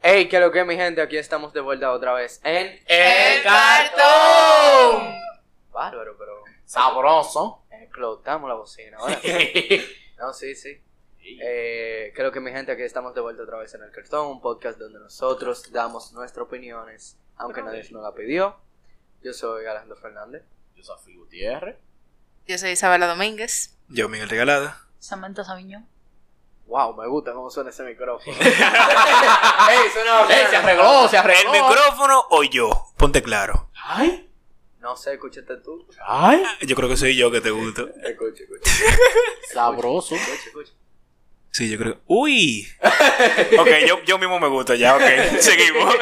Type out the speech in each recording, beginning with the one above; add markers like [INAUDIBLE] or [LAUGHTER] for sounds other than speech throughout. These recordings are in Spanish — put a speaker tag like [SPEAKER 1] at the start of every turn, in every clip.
[SPEAKER 1] Hey, que lo que mi gente, aquí estamos de vuelta otra vez en
[SPEAKER 2] ¡El cartón!
[SPEAKER 1] Bárbaro, pero
[SPEAKER 2] Sabroso. [LAUGHS]
[SPEAKER 1] explotamos la bocina ahora. No, sí, sí. Eh, creo que mi gente, aquí estamos de vuelta otra vez en el cartón, un podcast donde nosotros damos nuestras opiniones, aunque nadie nos la pidió. Yo soy Alejandro Fernández.
[SPEAKER 2] Yo soy Phil Gutiérrez.
[SPEAKER 3] Yo soy Isabela Domínguez.
[SPEAKER 4] Yo, Miguel Regalada.
[SPEAKER 5] Samantha Sabiñón.
[SPEAKER 1] Wow, me gusta cómo suena ese micrófono. [LAUGHS] Ey, suena
[SPEAKER 2] ¡Ey, se arregló, se
[SPEAKER 4] ¿El
[SPEAKER 2] arregló!
[SPEAKER 4] micrófono o yo? Ponte claro.
[SPEAKER 2] ¡Ay!
[SPEAKER 1] No sé, escúchate tú.
[SPEAKER 2] ¡Ay!
[SPEAKER 4] Yo creo que soy yo que te gusto.
[SPEAKER 1] Escucha, escucha.
[SPEAKER 2] Sabroso.
[SPEAKER 1] Escucha, escucha.
[SPEAKER 4] Sí, yo creo.
[SPEAKER 2] [LAUGHS]
[SPEAKER 4] ¡Uy! Ok, yo, yo mismo me gusto ya, [LAUGHS] ok. Seguimos.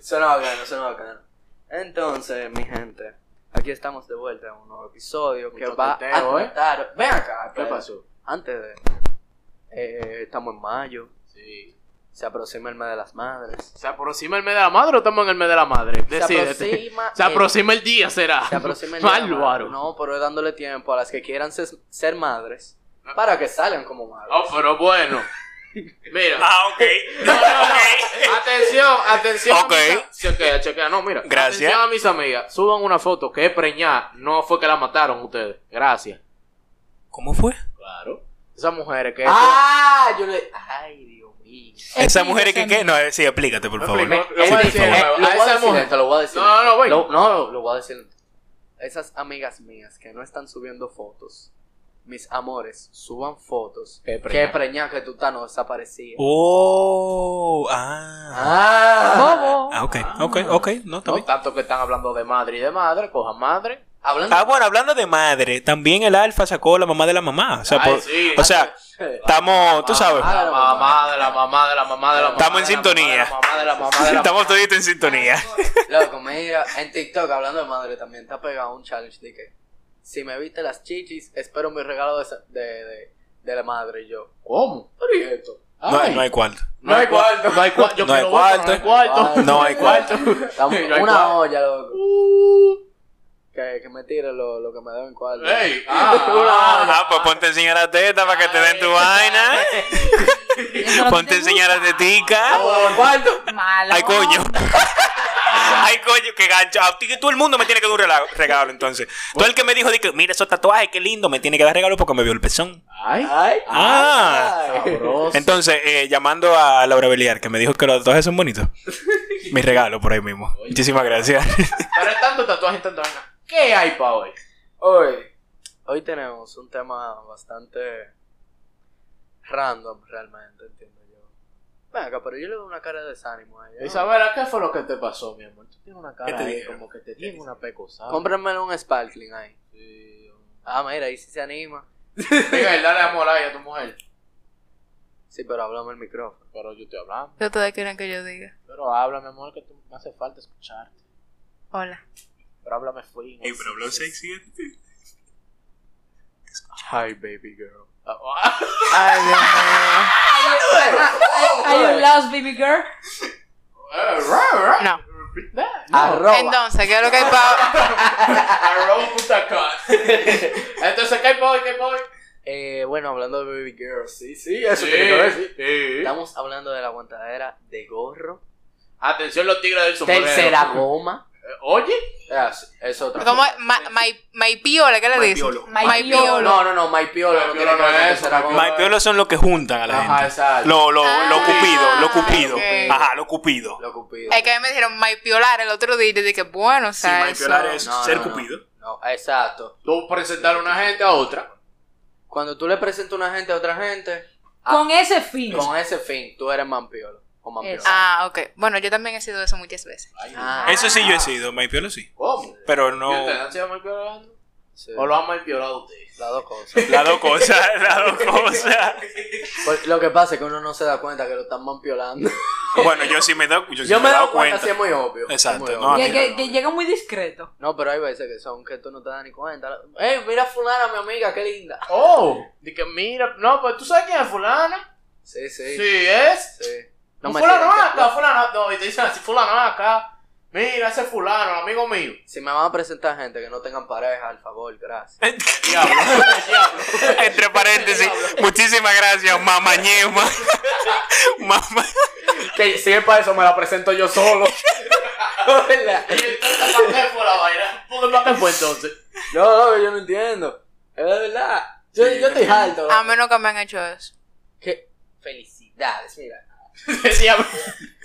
[SPEAKER 1] Suena bacano, suena bacano. Entonces, mi gente, aquí estamos de vuelta en un nuevo episodio que
[SPEAKER 2] Mucho
[SPEAKER 1] va
[SPEAKER 2] teteo,
[SPEAKER 1] a tratar. Ven acá,
[SPEAKER 2] ¿Qué
[SPEAKER 1] espera.
[SPEAKER 2] pasó?
[SPEAKER 1] Antes de. eh, estamos en mayo,
[SPEAKER 2] Sí.
[SPEAKER 1] se aproxima el mes de las madres.
[SPEAKER 2] ¿Se aproxima el mes de la madre o estamos en el mes de la madre?
[SPEAKER 1] Se
[SPEAKER 2] Decídete.
[SPEAKER 1] aproxima.
[SPEAKER 2] Se aproxima el día, será.
[SPEAKER 1] el- se aproxima el día de la madre.
[SPEAKER 2] Álvaro.
[SPEAKER 1] No, pero es dándole tiempo a las que quieran ses- ser madres para que salgan como madres.
[SPEAKER 2] Ah. Oh, pero bueno. Mira.
[SPEAKER 4] Ah, ok.
[SPEAKER 2] No, no, no. Atención, atención.
[SPEAKER 4] Ok.
[SPEAKER 2] a mis- Chequea, chequea. No, mira.
[SPEAKER 4] Gracias.
[SPEAKER 2] Atención a mis amigas. Suban una foto que es preñada. No fue que la mataron ustedes. Gracias.
[SPEAKER 4] ¿Cómo fue?
[SPEAKER 2] Claro. Esas mujeres que.
[SPEAKER 1] ¡Ah! Yo le. ¡Ay, Dios mío!
[SPEAKER 4] Esa mujer que qué. No, eh, sí, explícate, por favor.
[SPEAKER 2] Explica.
[SPEAKER 4] Sí,
[SPEAKER 2] Lo voy a
[SPEAKER 4] por
[SPEAKER 2] decir.
[SPEAKER 4] favor.
[SPEAKER 1] Eh, lo
[SPEAKER 2] a
[SPEAKER 1] voy a
[SPEAKER 2] esa
[SPEAKER 1] decir
[SPEAKER 2] mujer.
[SPEAKER 1] lento, lo voy a decir.
[SPEAKER 2] No, no, güey.
[SPEAKER 1] Lo- no, lo- lo voy a decir. lento. Esas amigas mías que no están subiendo fotos, mis amores, suban fotos.
[SPEAKER 2] Qué
[SPEAKER 1] Qué
[SPEAKER 2] preña.
[SPEAKER 1] preña, que tú estás no desaparecida.
[SPEAKER 4] Uh. Oh, ah.
[SPEAKER 1] ¡Ah!
[SPEAKER 4] Ah, ok, ok, ok. No, está
[SPEAKER 2] No
[SPEAKER 4] bien.
[SPEAKER 2] tanto que están hablando de madre y de madre, coja madre.
[SPEAKER 1] Hablando.
[SPEAKER 4] Ah, bueno, hablando de madre, también el alfa sacó la mamá de la mamá. O sea,
[SPEAKER 2] Ay,
[SPEAKER 4] por-
[SPEAKER 2] Ah, sí. Ah,
[SPEAKER 4] o sea estamos, tú sabes.
[SPEAKER 2] La mamá de la mamá de la mamá de la mamá.
[SPEAKER 4] Estamos en
[SPEAKER 2] de la mamá,
[SPEAKER 4] sintonía.
[SPEAKER 2] de La mamá de la mamá de la
[SPEAKER 4] Estamos toditos en sintonía.
[SPEAKER 1] Loco, mira, en TikTok, hablando de madre, también está pegado un challenge de que si me viste las chichis, espero mi regalo de, sa- de, de, de la madre. Y yo,
[SPEAKER 2] ¿Cómo? ¿Pero y esto?
[SPEAKER 4] No,
[SPEAKER 2] Ay.
[SPEAKER 4] no hay cuarto.
[SPEAKER 2] No hay cuarto. No hay cuarto. Yo
[SPEAKER 4] No hay
[SPEAKER 2] quiero otro, No hay
[SPEAKER 1] cuarto.
[SPEAKER 2] cuarto.
[SPEAKER 4] [LAUGHS] No
[SPEAKER 2] [LAUGHS]
[SPEAKER 4] hay cuarto.
[SPEAKER 1] estamos
[SPEAKER 2] No hay
[SPEAKER 1] una
[SPEAKER 2] cuarto.
[SPEAKER 1] olla, loco. Que, que me tire lo, lo que me deben cuadro.
[SPEAKER 4] [LAUGHS]
[SPEAKER 2] Ey, ah,
[SPEAKER 4] Ah, pues ponte a enseñar la teta para que te den tu vaina. Ponte a enseñar la tetica.
[SPEAKER 2] ah, cuarto.
[SPEAKER 5] Malo.
[SPEAKER 4] Ay, coño. Ay, coño, qué gancho. A ti que todo el mundo me tiene que dar un regalo, regalo, entonces. Todo el que me dijo, de que, mira esos tatuajes, qué lindo, me tiene que dar regalo porque me vio el pezón.
[SPEAKER 2] Ay,
[SPEAKER 1] Ay,
[SPEAKER 4] Ah.
[SPEAKER 1] ay.
[SPEAKER 2] sabroso.
[SPEAKER 4] Entonces, eh, llamando a Laura Beliar, que me dijo que los tatuajes son bonitos. Mi regalo por ahí mismo. Muchísimas gracias.
[SPEAKER 2] Pero es tanto tatuaje, tanto vaina. ¿Qué hay para hoy?
[SPEAKER 1] Hoy, hoy tenemos un tema bastante random realmente, entiendo yo. Venga, pero yo le veo una cara de desánimo a ella.
[SPEAKER 2] Isabela, ¿qué fue lo que te pasó, mi amor? Tú tienes una cara
[SPEAKER 4] Ah. ¿Qué te
[SPEAKER 2] ahí
[SPEAKER 4] dijeron?
[SPEAKER 2] como que te tiene una pecosa.
[SPEAKER 1] Ah. Cómprenmelo un sparkling ahí.
[SPEAKER 2] Sí, hombre.
[SPEAKER 1] Ah, mira, ahí sí se anima.
[SPEAKER 2] Miguel, dale amor ahí a tu mujer.
[SPEAKER 1] Sí, pero hablamos el micrófono.
[SPEAKER 2] Pero yo estoy hablando.
[SPEAKER 3] ¿Qué ustedes quieren que yo diga?
[SPEAKER 2] Pero háblame, amor, que tú me hace falta escucharte.
[SPEAKER 3] Hola.
[SPEAKER 2] Pero háblame fui.
[SPEAKER 1] Hi, baby girl.
[SPEAKER 2] Ah,
[SPEAKER 3] Ay, Dios mío.
[SPEAKER 5] Hay un lost baby girl.
[SPEAKER 3] No.
[SPEAKER 1] [LAUGHS] Arroba.
[SPEAKER 3] Entonces, ¿qué es lo que hay para
[SPEAKER 2] [LAUGHS] Entonces, ¿qué hay para hoy? ¿Qué hay para hoy?
[SPEAKER 1] Eh, bueno, hablando de baby girl, sí, sí, eso
[SPEAKER 2] Sí,
[SPEAKER 1] te quiero decir.
[SPEAKER 2] sí.
[SPEAKER 1] Estamos hablando de la aguantadera de gorro.
[SPEAKER 2] Atención, los tigres del sombrero.
[SPEAKER 1] Tercera goma.
[SPEAKER 2] Eh, Oye,
[SPEAKER 1] Es, Ah, es otra
[SPEAKER 3] ¿Cómo
[SPEAKER 1] cosa.
[SPEAKER 3] es? Ma- mai- Maipiola, ¿qué le dicen?
[SPEAKER 4] Maipiolo.
[SPEAKER 5] Maipiolo.
[SPEAKER 3] Maipiolo.
[SPEAKER 1] No, no, no, My Piolo
[SPEAKER 2] My
[SPEAKER 1] no tiene
[SPEAKER 2] Piolo
[SPEAKER 1] que
[SPEAKER 2] no
[SPEAKER 1] ver con
[SPEAKER 2] es eso,
[SPEAKER 1] tercera
[SPEAKER 2] My
[SPEAKER 1] goma.
[SPEAKER 4] My piolos son los que juntan a la
[SPEAKER 2] ajá,
[SPEAKER 4] gente.
[SPEAKER 2] exacto.
[SPEAKER 4] Lo, lo, lo
[SPEAKER 3] Ah,
[SPEAKER 4] cupido, lo cupido.
[SPEAKER 3] ok.
[SPEAKER 4] Ajá, lo cupido.
[SPEAKER 1] Lo cupido.
[SPEAKER 3] Es que a mí me dijeron maipiolar el otro día y yo dije, bueno, o
[SPEAKER 4] Sí,
[SPEAKER 3] sea,
[SPEAKER 4] my
[SPEAKER 3] eso-
[SPEAKER 4] piolar es
[SPEAKER 1] No,
[SPEAKER 4] ser
[SPEAKER 1] no, no.
[SPEAKER 4] cupido.
[SPEAKER 1] No, exacto.
[SPEAKER 2] Tú presentar a una gente a otra.
[SPEAKER 1] Cuando tú le presentas una gente a otra gente,
[SPEAKER 5] Con ese fin.
[SPEAKER 1] con ese fin, tú eres mampiolo. O mampiola.
[SPEAKER 5] Exacto.
[SPEAKER 3] Ah, ok. Bueno, yo también he sido eso muchas veces.
[SPEAKER 1] Ah,
[SPEAKER 4] Eso sí yo he sido, my piola sí.
[SPEAKER 2] ¿Cómo?
[SPEAKER 4] Pero
[SPEAKER 2] ¿Y
[SPEAKER 4] no...
[SPEAKER 2] ustedes han sido mal violados?
[SPEAKER 1] sí.
[SPEAKER 2] ¿O lo han mal violado ustedes?
[SPEAKER 1] Las dos cosas.
[SPEAKER 4] Las dos cosas, las dos cosas.
[SPEAKER 1] Por- Lo que pasa es que uno no se da cuenta que lo están mampiolando.
[SPEAKER 4] Bueno, yo sí me, da, yo sí
[SPEAKER 1] Yo
[SPEAKER 4] me
[SPEAKER 1] me
[SPEAKER 4] he
[SPEAKER 1] he
[SPEAKER 4] dado
[SPEAKER 1] dado cuenta,
[SPEAKER 4] cuenta.
[SPEAKER 1] sí es muy obvio.
[SPEAKER 4] Exacto,
[SPEAKER 1] Es muy
[SPEAKER 4] no,
[SPEAKER 1] obvio.
[SPEAKER 5] Que, que- que llega muy discreto.
[SPEAKER 1] No, pero hay veces que son que tú no te das ni cuenta. ¡Ey, mira fulana, mi amiga, qué linda!
[SPEAKER 2] Oh, de que mira, no, pues tú sabes quién es fulana.
[SPEAKER 1] Sí, sí.
[SPEAKER 2] Sí, es.
[SPEAKER 1] sí.
[SPEAKER 2] No
[SPEAKER 1] me
[SPEAKER 2] fulano
[SPEAKER 1] tiras,
[SPEAKER 2] ven
[SPEAKER 1] que-
[SPEAKER 2] acá, fulano. No, y te dicen así, fulano ven acá. Mira, ese fulano, amigo mío. [LAUGHS]
[SPEAKER 1] Si me van a presentar gente que no tengan pareja, al favor, [LAUGHS] gracias.
[SPEAKER 2] Diablo, diablo.
[SPEAKER 4] Entre paréntesis, muchísimas gracias, mamá ñema. Mamá.
[SPEAKER 1] que
[SPEAKER 2] que si es para eso, me la presento yo [LAUGHS] solo.
[SPEAKER 1] ¿Verdad?
[SPEAKER 2] ¿Qué fue la vaina? ¿Por qué no fue entonces? [LAUGHS]
[SPEAKER 1] No, no, yo no entiendo. Es verdad. Yo, yo estoy alto.
[SPEAKER 3] A menos que me han hecho eso.
[SPEAKER 1] ¿Qué? Felicidades, mira.
[SPEAKER 2] Decía,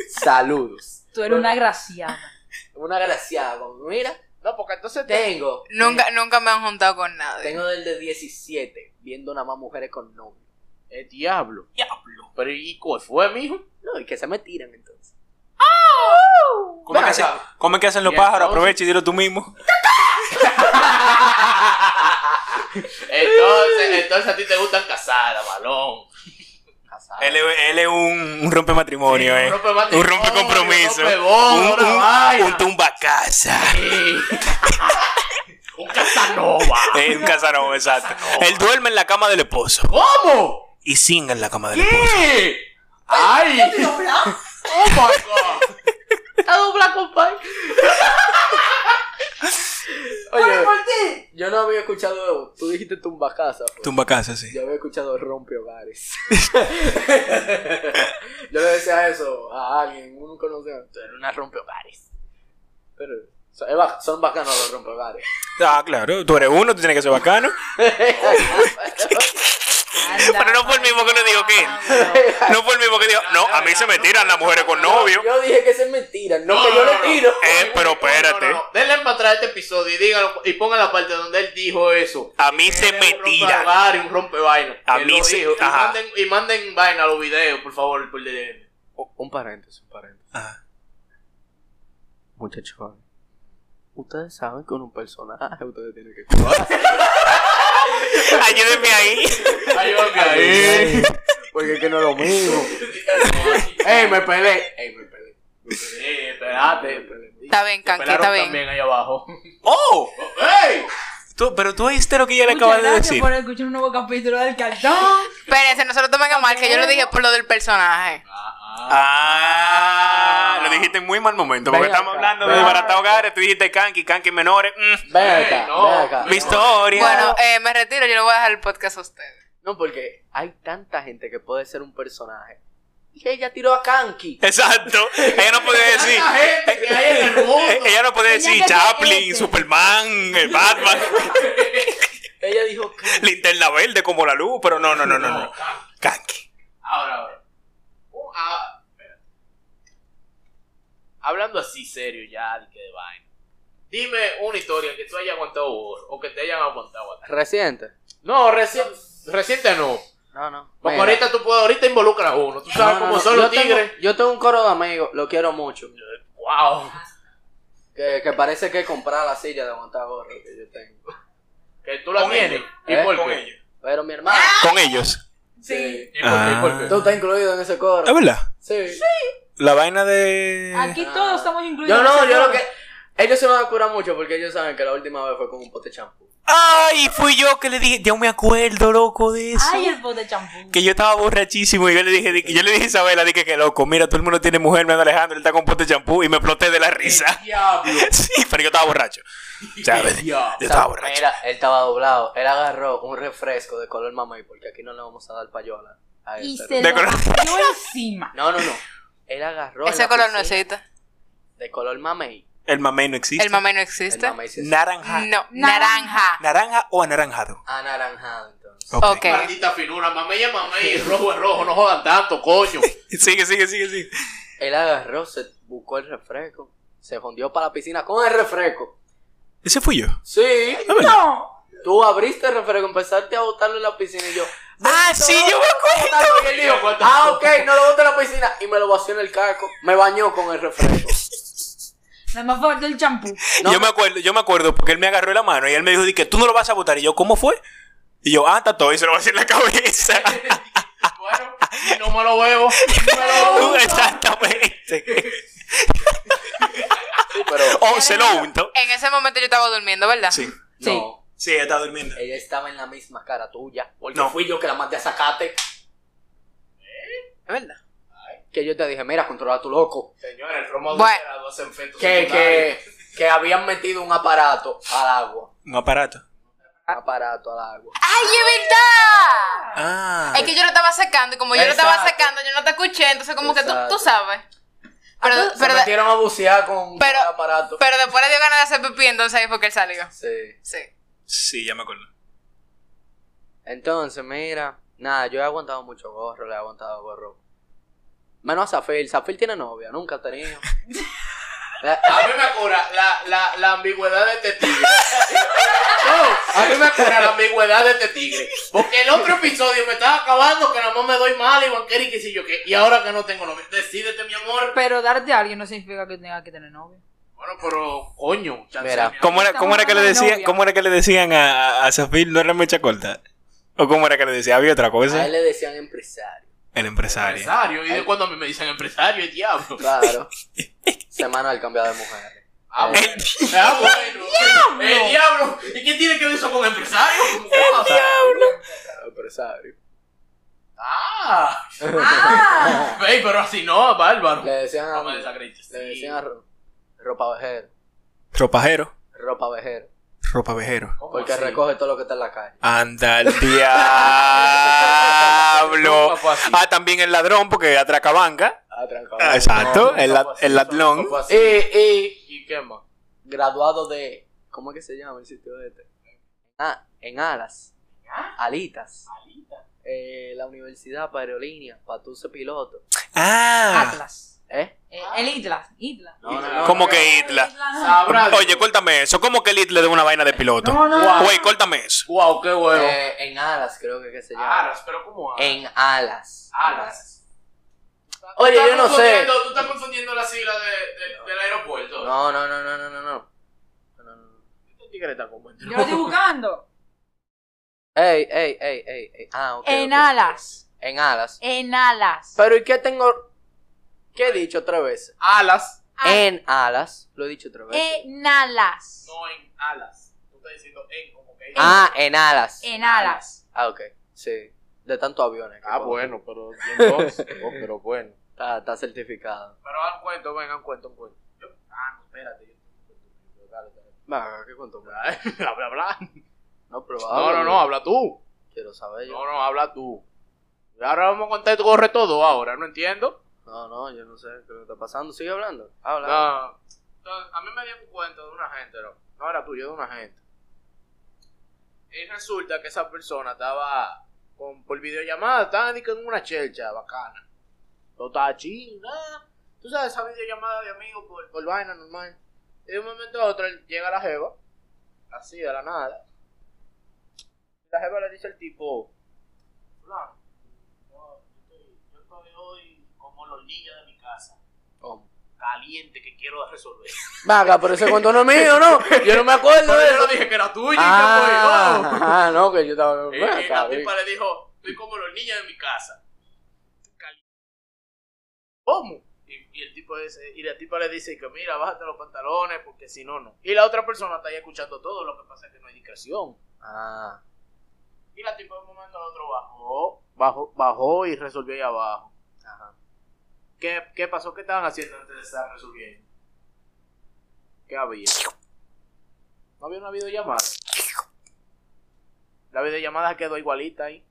[SPEAKER 1] Saludos.
[SPEAKER 5] Tú eres una graciada.
[SPEAKER 1] Una graciada. como, Mira,
[SPEAKER 2] no, porque entonces
[SPEAKER 1] tengo.
[SPEAKER 3] Nunca, nunca me han juntado con nadie.
[SPEAKER 1] Tengo del de 17, viendo nada más mujeres con novio.
[SPEAKER 2] El diablo. Diablo. Pero ¿y cuál fue, mijo?
[SPEAKER 1] No, y que se me tiran entonces.
[SPEAKER 4] ¿Cómo, es que
[SPEAKER 2] Ven
[SPEAKER 4] hacen,
[SPEAKER 2] acá.
[SPEAKER 4] cómo es que hacen los
[SPEAKER 2] Y
[SPEAKER 4] pájaros?
[SPEAKER 2] entonces-
[SPEAKER 4] Aprovecha y dilo tú mismo.
[SPEAKER 2] [LAUGHS] Entonces, entonces a ti te gustan casadas, balón. [LAUGHS] Casadas.
[SPEAKER 4] Él, es- él es un, un rompe matrimonio,
[SPEAKER 2] Sí, un
[SPEAKER 4] eh.
[SPEAKER 2] rompe matrimonio,
[SPEAKER 4] un rompe compromiso.
[SPEAKER 2] un rompe boda,
[SPEAKER 4] un,
[SPEAKER 2] una vaina.
[SPEAKER 4] tumba casa.
[SPEAKER 2] [LAUGHS] Un casanova.
[SPEAKER 4] [LAUGHS] un casarón, exacto. Él duerme en la cama del esposo.
[SPEAKER 2] ¿Cómo?
[SPEAKER 4] Y singa en la cama del esposo.
[SPEAKER 2] ¿Qué? ¡Ay! ¡Oh my god!
[SPEAKER 1] Está dobla, compadre. Oye,
[SPEAKER 5] pues-
[SPEAKER 4] [LAUGHS]
[SPEAKER 1] yo no había escuchado. Tú dijiste tumba casa. pues.
[SPEAKER 4] Tumba casa, sí.
[SPEAKER 1] Yo había escuchado rompe hogares. [LAUGHS] yo le decía eso a alguien, un conocido. Tú eres una rompe hogares. Pero son, es ba- son bacanos los rompe hogares.
[SPEAKER 4] Ah, claro. Tú eres uno, tú tienes que ser bacano. Pero no fue el mismo que le dijo que No fue el mismo que dijo, no, a mí se me tiran las mujeres con novio.
[SPEAKER 1] Yo dije que eso es mentira, no, que
[SPEAKER 2] no,
[SPEAKER 1] yo
[SPEAKER 2] no,
[SPEAKER 1] le
[SPEAKER 2] no.
[SPEAKER 1] tiro.
[SPEAKER 4] Eh, pero espérate.
[SPEAKER 2] Denle para atrás este episodio y díganlo y pongan la parte donde él dijo eso.
[SPEAKER 4] A mí se
[SPEAKER 2] Era
[SPEAKER 4] Este me
[SPEAKER 2] un
[SPEAKER 4] tira.
[SPEAKER 2] rompehogar y un rompevaina.
[SPEAKER 4] A
[SPEAKER 2] Él
[SPEAKER 4] mí
[SPEAKER 2] lo
[SPEAKER 4] se-
[SPEAKER 2] dijo. Y
[SPEAKER 4] ajá.
[SPEAKER 2] manden, y manden vaina a los videos, por favor, por DM.
[SPEAKER 1] Un paréntesis, un paréntesis.
[SPEAKER 4] Ajá.
[SPEAKER 1] Muchachos, jóvenes, ustedes saben que con un personaje [LAUGHS] ustedes tienen que
[SPEAKER 4] Ayúdenme [LAUGHS] ahí.
[SPEAKER 2] Ahí va, ahí.
[SPEAKER 1] Porque es que no es lo mismo. ¡Ey, me peleé! ¡Ey, me peleé!
[SPEAKER 2] Eh, Espérate.
[SPEAKER 3] Está bien,
[SPEAKER 2] Te
[SPEAKER 3] Kanki, está
[SPEAKER 2] pelaron
[SPEAKER 3] bien.
[SPEAKER 2] también ahí abajo.
[SPEAKER 4] ¡Oh!
[SPEAKER 2] [LAUGHS] ¡Ey!
[SPEAKER 4] Tú- pero tú oíste lo que ella le
[SPEAKER 5] Muchas
[SPEAKER 4] acaba de
[SPEAKER 5] gracias
[SPEAKER 4] decir.
[SPEAKER 5] por escuchar un nuevo capítulo del cartón.
[SPEAKER 3] Espérense, no se lo tomen a mal, que yo lo dije por lo del personaje.
[SPEAKER 4] Ah, lo dijiste en muy mal momento. Porque
[SPEAKER 1] Ven
[SPEAKER 4] estamos
[SPEAKER 1] acá,
[SPEAKER 4] hablando de
[SPEAKER 1] ven
[SPEAKER 4] barata hogares. Tú dijiste canqui, canqui menores. mm,
[SPEAKER 1] Ven
[SPEAKER 2] Ey,
[SPEAKER 1] acá,
[SPEAKER 2] no.
[SPEAKER 1] ven acá.
[SPEAKER 4] mi historia.
[SPEAKER 3] Bueno, eh, me retiro, yo le voy a dejar el podcast a ustedes.
[SPEAKER 1] No, porque hay tanta gente que puede ser un personaje. Y ella tiró a Kanki.
[SPEAKER 4] Exacto. Ella no podía decir.
[SPEAKER 2] Tanta gente que hay en el mundo.
[SPEAKER 4] eh, Ella no podía
[SPEAKER 5] Tenía
[SPEAKER 4] decir
[SPEAKER 5] que ser
[SPEAKER 4] Chaplin,
[SPEAKER 5] ese.
[SPEAKER 4] Superman, el Batman,
[SPEAKER 1] Ella dijo Kanki.
[SPEAKER 4] Linterna Verde como la luz, pero no, no, no, no, no. Kanki.
[SPEAKER 2] Ahora, ahora. Uh, ah, espérate. Hablando así serio ya, de que de vaina. Dime una historia que tú hayas aguantado vos, o que te hayan aguantado a ti.
[SPEAKER 1] Reciente.
[SPEAKER 2] No, reci reciente no.
[SPEAKER 1] No, no.
[SPEAKER 2] Porque
[SPEAKER 1] mira.
[SPEAKER 2] ahorita tú puedes, ahorita involucras a uno. Tú sabes
[SPEAKER 1] No, no,
[SPEAKER 2] cómo
[SPEAKER 1] no.
[SPEAKER 2] son los
[SPEAKER 1] Yo tengo-
[SPEAKER 2] tigres.
[SPEAKER 1] yo tengo un coro de amigos, lo quiero mucho.
[SPEAKER 2] Wow.
[SPEAKER 1] Que, que parece que comprar la silla de aguantar gorro que yo tengo.
[SPEAKER 2] Que tú la
[SPEAKER 4] Con
[SPEAKER 2] tienes.
[SPEAKER 4] ellos.
[SPEAKER 2] ¿Y
[SPEAKER 1] ¿Eh?
[SPEAKER 2] por
[SPEAKER 4] Con
[SPEAKER 2] qué?
[SPEAKER 4] ellos. Ah.
[SPEAKER 1] Pero mi hermano.
[SPEAKER 4] Con ellos.
[SPEAKER 1] Sí.
[SPEAKER 2] ¿Y por qué? ¿Y por qué?
[SPEAKER 1] Tú estás incluido en ese coro.
[SPEAKER 4] ¿Es Ah, verdad?
[SPEAKER 1] Sí.
[SPEAKER 4] La vaina de.
[SPEAKER 5] Aquí todos estamos incluidos.
[SPEAKER 1] Yo
[SPEAKER 5] en
[SPEAKER 1] no,
[SPEAKER 5] ese
[SPEAKER 1] yo lo
[SPEAKER 5] coro.
[SPEAKER 1] que. Ellos se van a curar mucho porque ellos saben que la última vez fue con un pote de champú.
[SPEAKER 4] Ay, fui yo que le dije, yo me acuerdo, loco, de eso.
[SPEAKER 5] Ay, el bote de champú.
[SPEAKER 4] que yo estaba borrachísimo y yo le dije, di- yo le dije a Isabela, dije que loco, mira, todo el mundo tiene mujer, me Alejandro, él está con pote de champú y me exploté de la risa.
[SPEAKER 2] Diablo.
[SPEAKER 4] [LAUGHS] Sí, pero yo estaba borracho. ¿Sabes? Yo
[SPEAKER 2] Diablo.
[SPEAKER 4] estaba
[SPEAKER 1] O sea,
[SPEAKER 4] borracho.
[SPEAKER 1] Mira, él estaba doblado. Él agarró un refresco de color mamey porque aquí no le vamos a dar payola. A
[SPEAKER 5] Y
[SPEAKER 1] ese
[SPEAKER 5] se
[SPEAKER 4] De
[SPEAKER 5] lo
[SPEAKER 4] color.
[SPEAKER 5] vació encima.
[SPEAKER 1] No, no, no. Él agarró. en
[SPEAKER 3] Ese
[SPEAKER 1] la
[SPEAKER 3] color no
[SPEAKER 1] piscina
[SPEAKER 3] existe.
[SPEAKER 1] De color mamey.
[SPEAKER 4] El mamey no existe.
[SPEAKER 3] El mame no
[SPEAKER 1] El
[SPEAKER 3] existe. Mm.
[SPEAKER 1] mamey sí es
[SPEAKER 4] Naranja.
[SPEAKER 3] No,
[SPEAKER 5] Naranja.
[SPEAKER 3] naranja.
[SPEAKER 4] Naranja o anaranjado.
[SPEAKER 1] anaranjado, entonces.
[SPEAKER 4] Ok.
[SPEAKER 3] Ok.
[SPEAKER 2] Maldita finura, mamey es mamey, el rojo es rojo, no jodan tanto, coño.
[SPEAKER 4] Sigue, sigue, sigue, sigue.
[SPEAKER 1] Él agarró, se buscó el refresco. Se hundió para la piscina con el refresco.
[SPEAKER 4] Ese fui yo.
[SPEAKER 1] Sí.
[SPEAKER 5] No.
[SPEAKER 1] Tú abriste el refresco, empezaste a botarlo en la piscina y yo.
[SPEAKER 4] Ah, sí, yo me acuerdo.
[SPEAKER 1] botarlo, y él dijo, Ah, ok, no lo boté en la piscina. Y me lo vació en el caco. Me bañó con el refresco.
[SPEAKER 5] Nada más falta el champú.
[SPEAKER 1] No.
[SPEAKER 4] Yo me acuerdo, yo me acuerdo porque él me agarró la mano y él me dijo, di que tú no lo vas a votar. Y yo, ¿cómo fue? Y yo, ah, está todo y se lo va a hacer en la cabeza.
[SPEAKER 2] [LAUGHS] Bueno, y no me lo bebo. No me lo bebo.
[SPEAKER 4] [LAUGHS] Exactamente.
[SPEAKER 1] Sí, pero.
[SPEAKER 4] O Oh, se lo unto.
[SPEAKER 3] En ese momento yo estaba durmiendo, ¿verdad?
[SPEAKER 4] Sí.
[SPEAKER 5] Sí.
[SPEAKER 1] No.
[SPEAKER 4] Sí, ella estaba durmiendo.
[SPEAKER 1] Ella estaba en la misma cara tuya. Porque
[SPEAKER 4] No.
[SPEAKER 1] fui yo que la mandé a sacarte.
[SPEAKER 3] Es verdad.
[SPEAKER 1] Que yo te dije, mira, controla a tu loco.
[SPEAKER 2] Señora, el romo
[SPEAKER 3] Bueno.
[SPEAKER 2] adulterado hace efectos
[SPEAKER 1] Que,
[SPEAKER 2] secundarios.
[SPEAKER 1] que, que habían metido un aparato al agua.
[SPEAKER 4] Un aparato.
[SPEAKER 1] aparato al agua.
[SPEAKER 3] ¡Ay, es verdad!
[SPEAKER 4] Ah.
[SPEAKER 3] Es que yo lo estaba sacando y como yo lo estaba
[SPEAKER 1] Exacto.
[SPEAKER 3] sacando, yo no te escuché, entonces como que tú,
[SPEAKER 1] Exacto.
[SPEAKER 3] tú sabes. Pero,
[SPEAKER 1] Se
[SPEAKER 3] pero,
[SPEAKER 1] metieron a bucear con con
[SPEAKER 3] pero-
[SPEAKER 1] el aparato.
[SPEAKER 3] pero después le dio ganas de hacer pipí, entonces ahí fue que él salió.
[SPEAKER 1] Sí.
[SPEAKER 3] Sí.
[SPEAKER 4] Sí, ya me acuerdo.
[SPEAKER 1] Entonces, mira, nada, yo he aguantado mucho gorro, le he aguantado gorro. Menos a Zafir, Zafir tiene novia, nunca ha tenido.
[SPEAKER 4] [LAUGHS]
[SPEAKER 1] Eh, La-
[SPEAKER 2] A mí me cura la, la, la ambigüedad de este tigre. [LAUGHS] No, a mí me cura la ambigüedad de este tigre. Porque el otro episodio me estaba acabando que nada más me doy mal y banquera y qué sé yo qué. Y ahora que no tengo novia. Decídete, mi amor.
[SPEAKER 5] Pero darte a alguien no significa que tenga que tener novio.
[SPEAKER 2] Bueno, pero coño, chance,
[SPEAKER 1] Mira.
[SPEAKER 2] mi amor.
[SPEAKER 4] ¿Cómo era, cómo era que le
[SPEAKER 5] Estamos hablando de
[SPEAKER 4] decían,
[SPEAKER 5] novia.
[SPEAKER 4] cómo era que le decían a, a, a Zafir? ¿No era mecha corta? ¿O cómo era que le decían? ¿Había otra
[SPEAKER 1] A
[SPEAKER 4] cosa?
[SPEAKER 1] él le decían empresario.
[SPEAKER 4] El empresario.
[SPEAKER 2] Empresario. Y de cuando a mí me dicen empresario, el diablo.
[SPEAKER 4] [LAUGHS]
[SPEAKER 1] Claro. Semana del cambio de mujer.
[SPEAKER 2] Ah, bueno. Ah, bueno. El diablo. ¿Y qué tiene que ver eso con empresario? El
[SPEAKER 1] Empresario.
[SPEAKER 2] Ah.
[SPEAKER 5] Ah.
[SPEAKER 2] Ey, pero así no, bárbaro.
[SPEAKER 1] Le decían
[SPEAKER 2] No me
[SPEAKER 1] a,
[SPEAKER 2] desacredites.
[SPEAKER 1] le
[SPEAKER 2] Sí.
[SPEAKER 1] decían a ro- ropa vejero.
[SPEAKER 4] Ropajero.
[SPEAKER 1] Ropa vejero.
[SPEAKER 4] Ropa vejero.
[SPEAKER 2] ¿Cómo
[SPEAKER 1] Porque
[SPEAKER 2] así?
[SPEAKER 1] recoge todo lo que está en la calle.
[SPEAKER 4] Anda el diablo.
[SPEAKER 2] Nunca fue así.
[SPEAKER 4] Ah, también el ladrón, porque atraca banca.
[SPEAKER 1] Atrancado.
[SPEAKER 4] Ah, Exacto,
[SPEAKER 2] nunca
[SPEAKER 4] el,
[SPEAKER 2] fue
[SPEAKER 4] la-
[SPEAKER 2] así,
[SPEAKER 4] el
[SPEAKER 2] nunca
[SPEAKER 4] ladrón.
[SPEAKER 2] fue así.
[SPEAKER 1] Eh, eh,
[SPEAKER 2] ¿Y qué más?
[SPEAKER 1] graduado de. ¿Cómo es que se llama el sitio este? Ah, en alas. Alitas. Eh, la Universidad para Aerolínea, para tú ser piloto.
[SPEAKER 4] Ah,
[SPEAKER 5] Atlas.
[SPEAKER 1] ¿Eh?
[SPEAKER 5] Eh, el Itlas. Itlas.
[SPEAKER 1] No, no,
[SPEAKER 2] Claro.
[SPEAKER 1] no.
[SPEAKER 4] como
[SPEAKER 1] no.
[SPEAKER 4] que Itla.
[SPEAKER 5] Itlas.
[SPEAKER 2] Sabrá Dios.
[SPEAKER 4] Oye, córtame eso. ¿Cómo que el Itla de una vaina de piloto?
[SPEAKER 5] No, no,
[SPEAKER 2] Guau.
[SPEAKER 5] no.
[SPEAKER 4] Güey, córtame eso.
[SPEAKER 2] Wow, qué huevo.
[SPEAKER 1] Eh, en alas, creo que, que se llama.
[SPEAKER 2] Aras, pero ¿cómo aras?
[SPEAKER 1] En alas.
[SPEAKER 2] Alas.
[SPEAKER 1] Oye, Eh,
[SPEAKER 2] Tú
[SPEAKER 1] yo
[SPEAKER 2] estás
[SPEAKER 1] no sé.
[SPEAKER 2] confundiendo- Tú estás confundiendo la sigla de- de- del aeropuerto.
[SPEAKER 1] No, no, no, no, no, no, no. No, no, no.
[SPEAKER 2] Este tigre está como
[SPEAKER 5] Yo lo estoy buscando.
[SPEAKER 1] Ey, ey, ey, ey, ey. Ah, ok.
[SPEAKER 5] En
[SPEAKER 1] ok.
[SPEAKER 5] alas.
[SPEAKER 1] En alas.
[SPEAKER 5] En alas.
[SPEAKER 1] Pero ¿y qué tengo? ¿Qué he dicho tres veces?
[SPEAKER 2] Alas.
[SPEAKER 5] Ah.
[SPEAKER 1] En alas. Lo he dicho tres veces.
[SPEAKER 5] En alas.
[SPEAKER 2] No en alas. Tú estás diciendo en como que.
[SPEAKER 1] Ah, en alas.
[SPEAKER 5] En alas.
[SPEAKER 1] Ah, ok. Sí. De tantos aviones. que
[SPEAKER 2] Ah,
[SPEAKER 1] puedo-
[SPEAKER 2] bueno, pero ¿y [LAUGHS] entonces. Oh, pero bueno.
[SPEAKER 1] Está, está certificado.
[SPEAKER 2] Pero haz un cuento, venga, un cuento, un cuento. Yo- Ah, no, espérate. yo- Dale, dale.
[SPEAKER 1] Va, ¿qué
[SPEAKER 2] [LAUGHS]
[SPEAKER 1] cuento? pues?
[SPEAKER 2] Bla, bla, bla.
[SPEAKER 1] No, pero
[SPEAKER 2] No, no, no, habla tú.
[SPEAKER 1] Quiero saber yo.
[SPEAKER 2] No, no, habla tú. Y ahora vamos a contar corre todo ahora, no entiendo.
[SPEAKER 1] No, no, yo no sé qué le está pasando. Sigue hablando. Habla.
[SPEAKER 2] No. Entonces, a mí me dieron un cuento de una gente, no, no era tuyo, de una gente. Y resulta que esa persona estaba con, por videollamada, estaba ni que en una chelcha bacana. No estaba china. Tú sabes, esa videollamada de amigos por, por vaina normal. Y de un momento a otro él llega la jeva, así de la nada. La jeva le dice al tipo, "Fulano, yo, yo estoy- yo estoy hoy como los niños de mi casa caliente que quiero resolver.
[SPEAKER 1] Vaga, pero ese cuento no es mío, ¿no? Yo no me acuerdo de
[SPEAKER 2] Pero yo
[SPEAKER 1] eso.
[SPEAKER 2] no dije que era tuya, pues,
[SPEAKER 1] Ah, [LAUGHS]
[SPEAKER 2] que
[SPEAKER 1] ah, no, que yo estaba.
[SPEAKER 2] fue.
[SPEAKER 1] Bueno,
[SPEAKER 2] Y
[SPEAKER 1] está
[SPEAKER 2] Eh, la
[SPEAKER 1] bien.
[SPEAKER 2] tipa le dijo, estoy como los niños de mi casa. Cali- ¿Cómo? Y, y el tipo dice, y la tipa le dice que mira, bájate los pantalones porque si no, no. Y la otra persona está ahí escuchando todo, lo que pasa es que no hay discreción.
[SPEAKER 1] Ah,
[SPEAKER 2] Y la tipa de un momento a otro bajó, bajó, bajó y resolvió ahí abajo.
[SPEAKER 1] ajá.
[SPEAKER 2] ¿Qué, ¿Qué pasó? ¿Qué estaban haciendo antes de estar resolviendo? ¿Qué había? No había una videollamada. La videollamada quedó igualita ahí.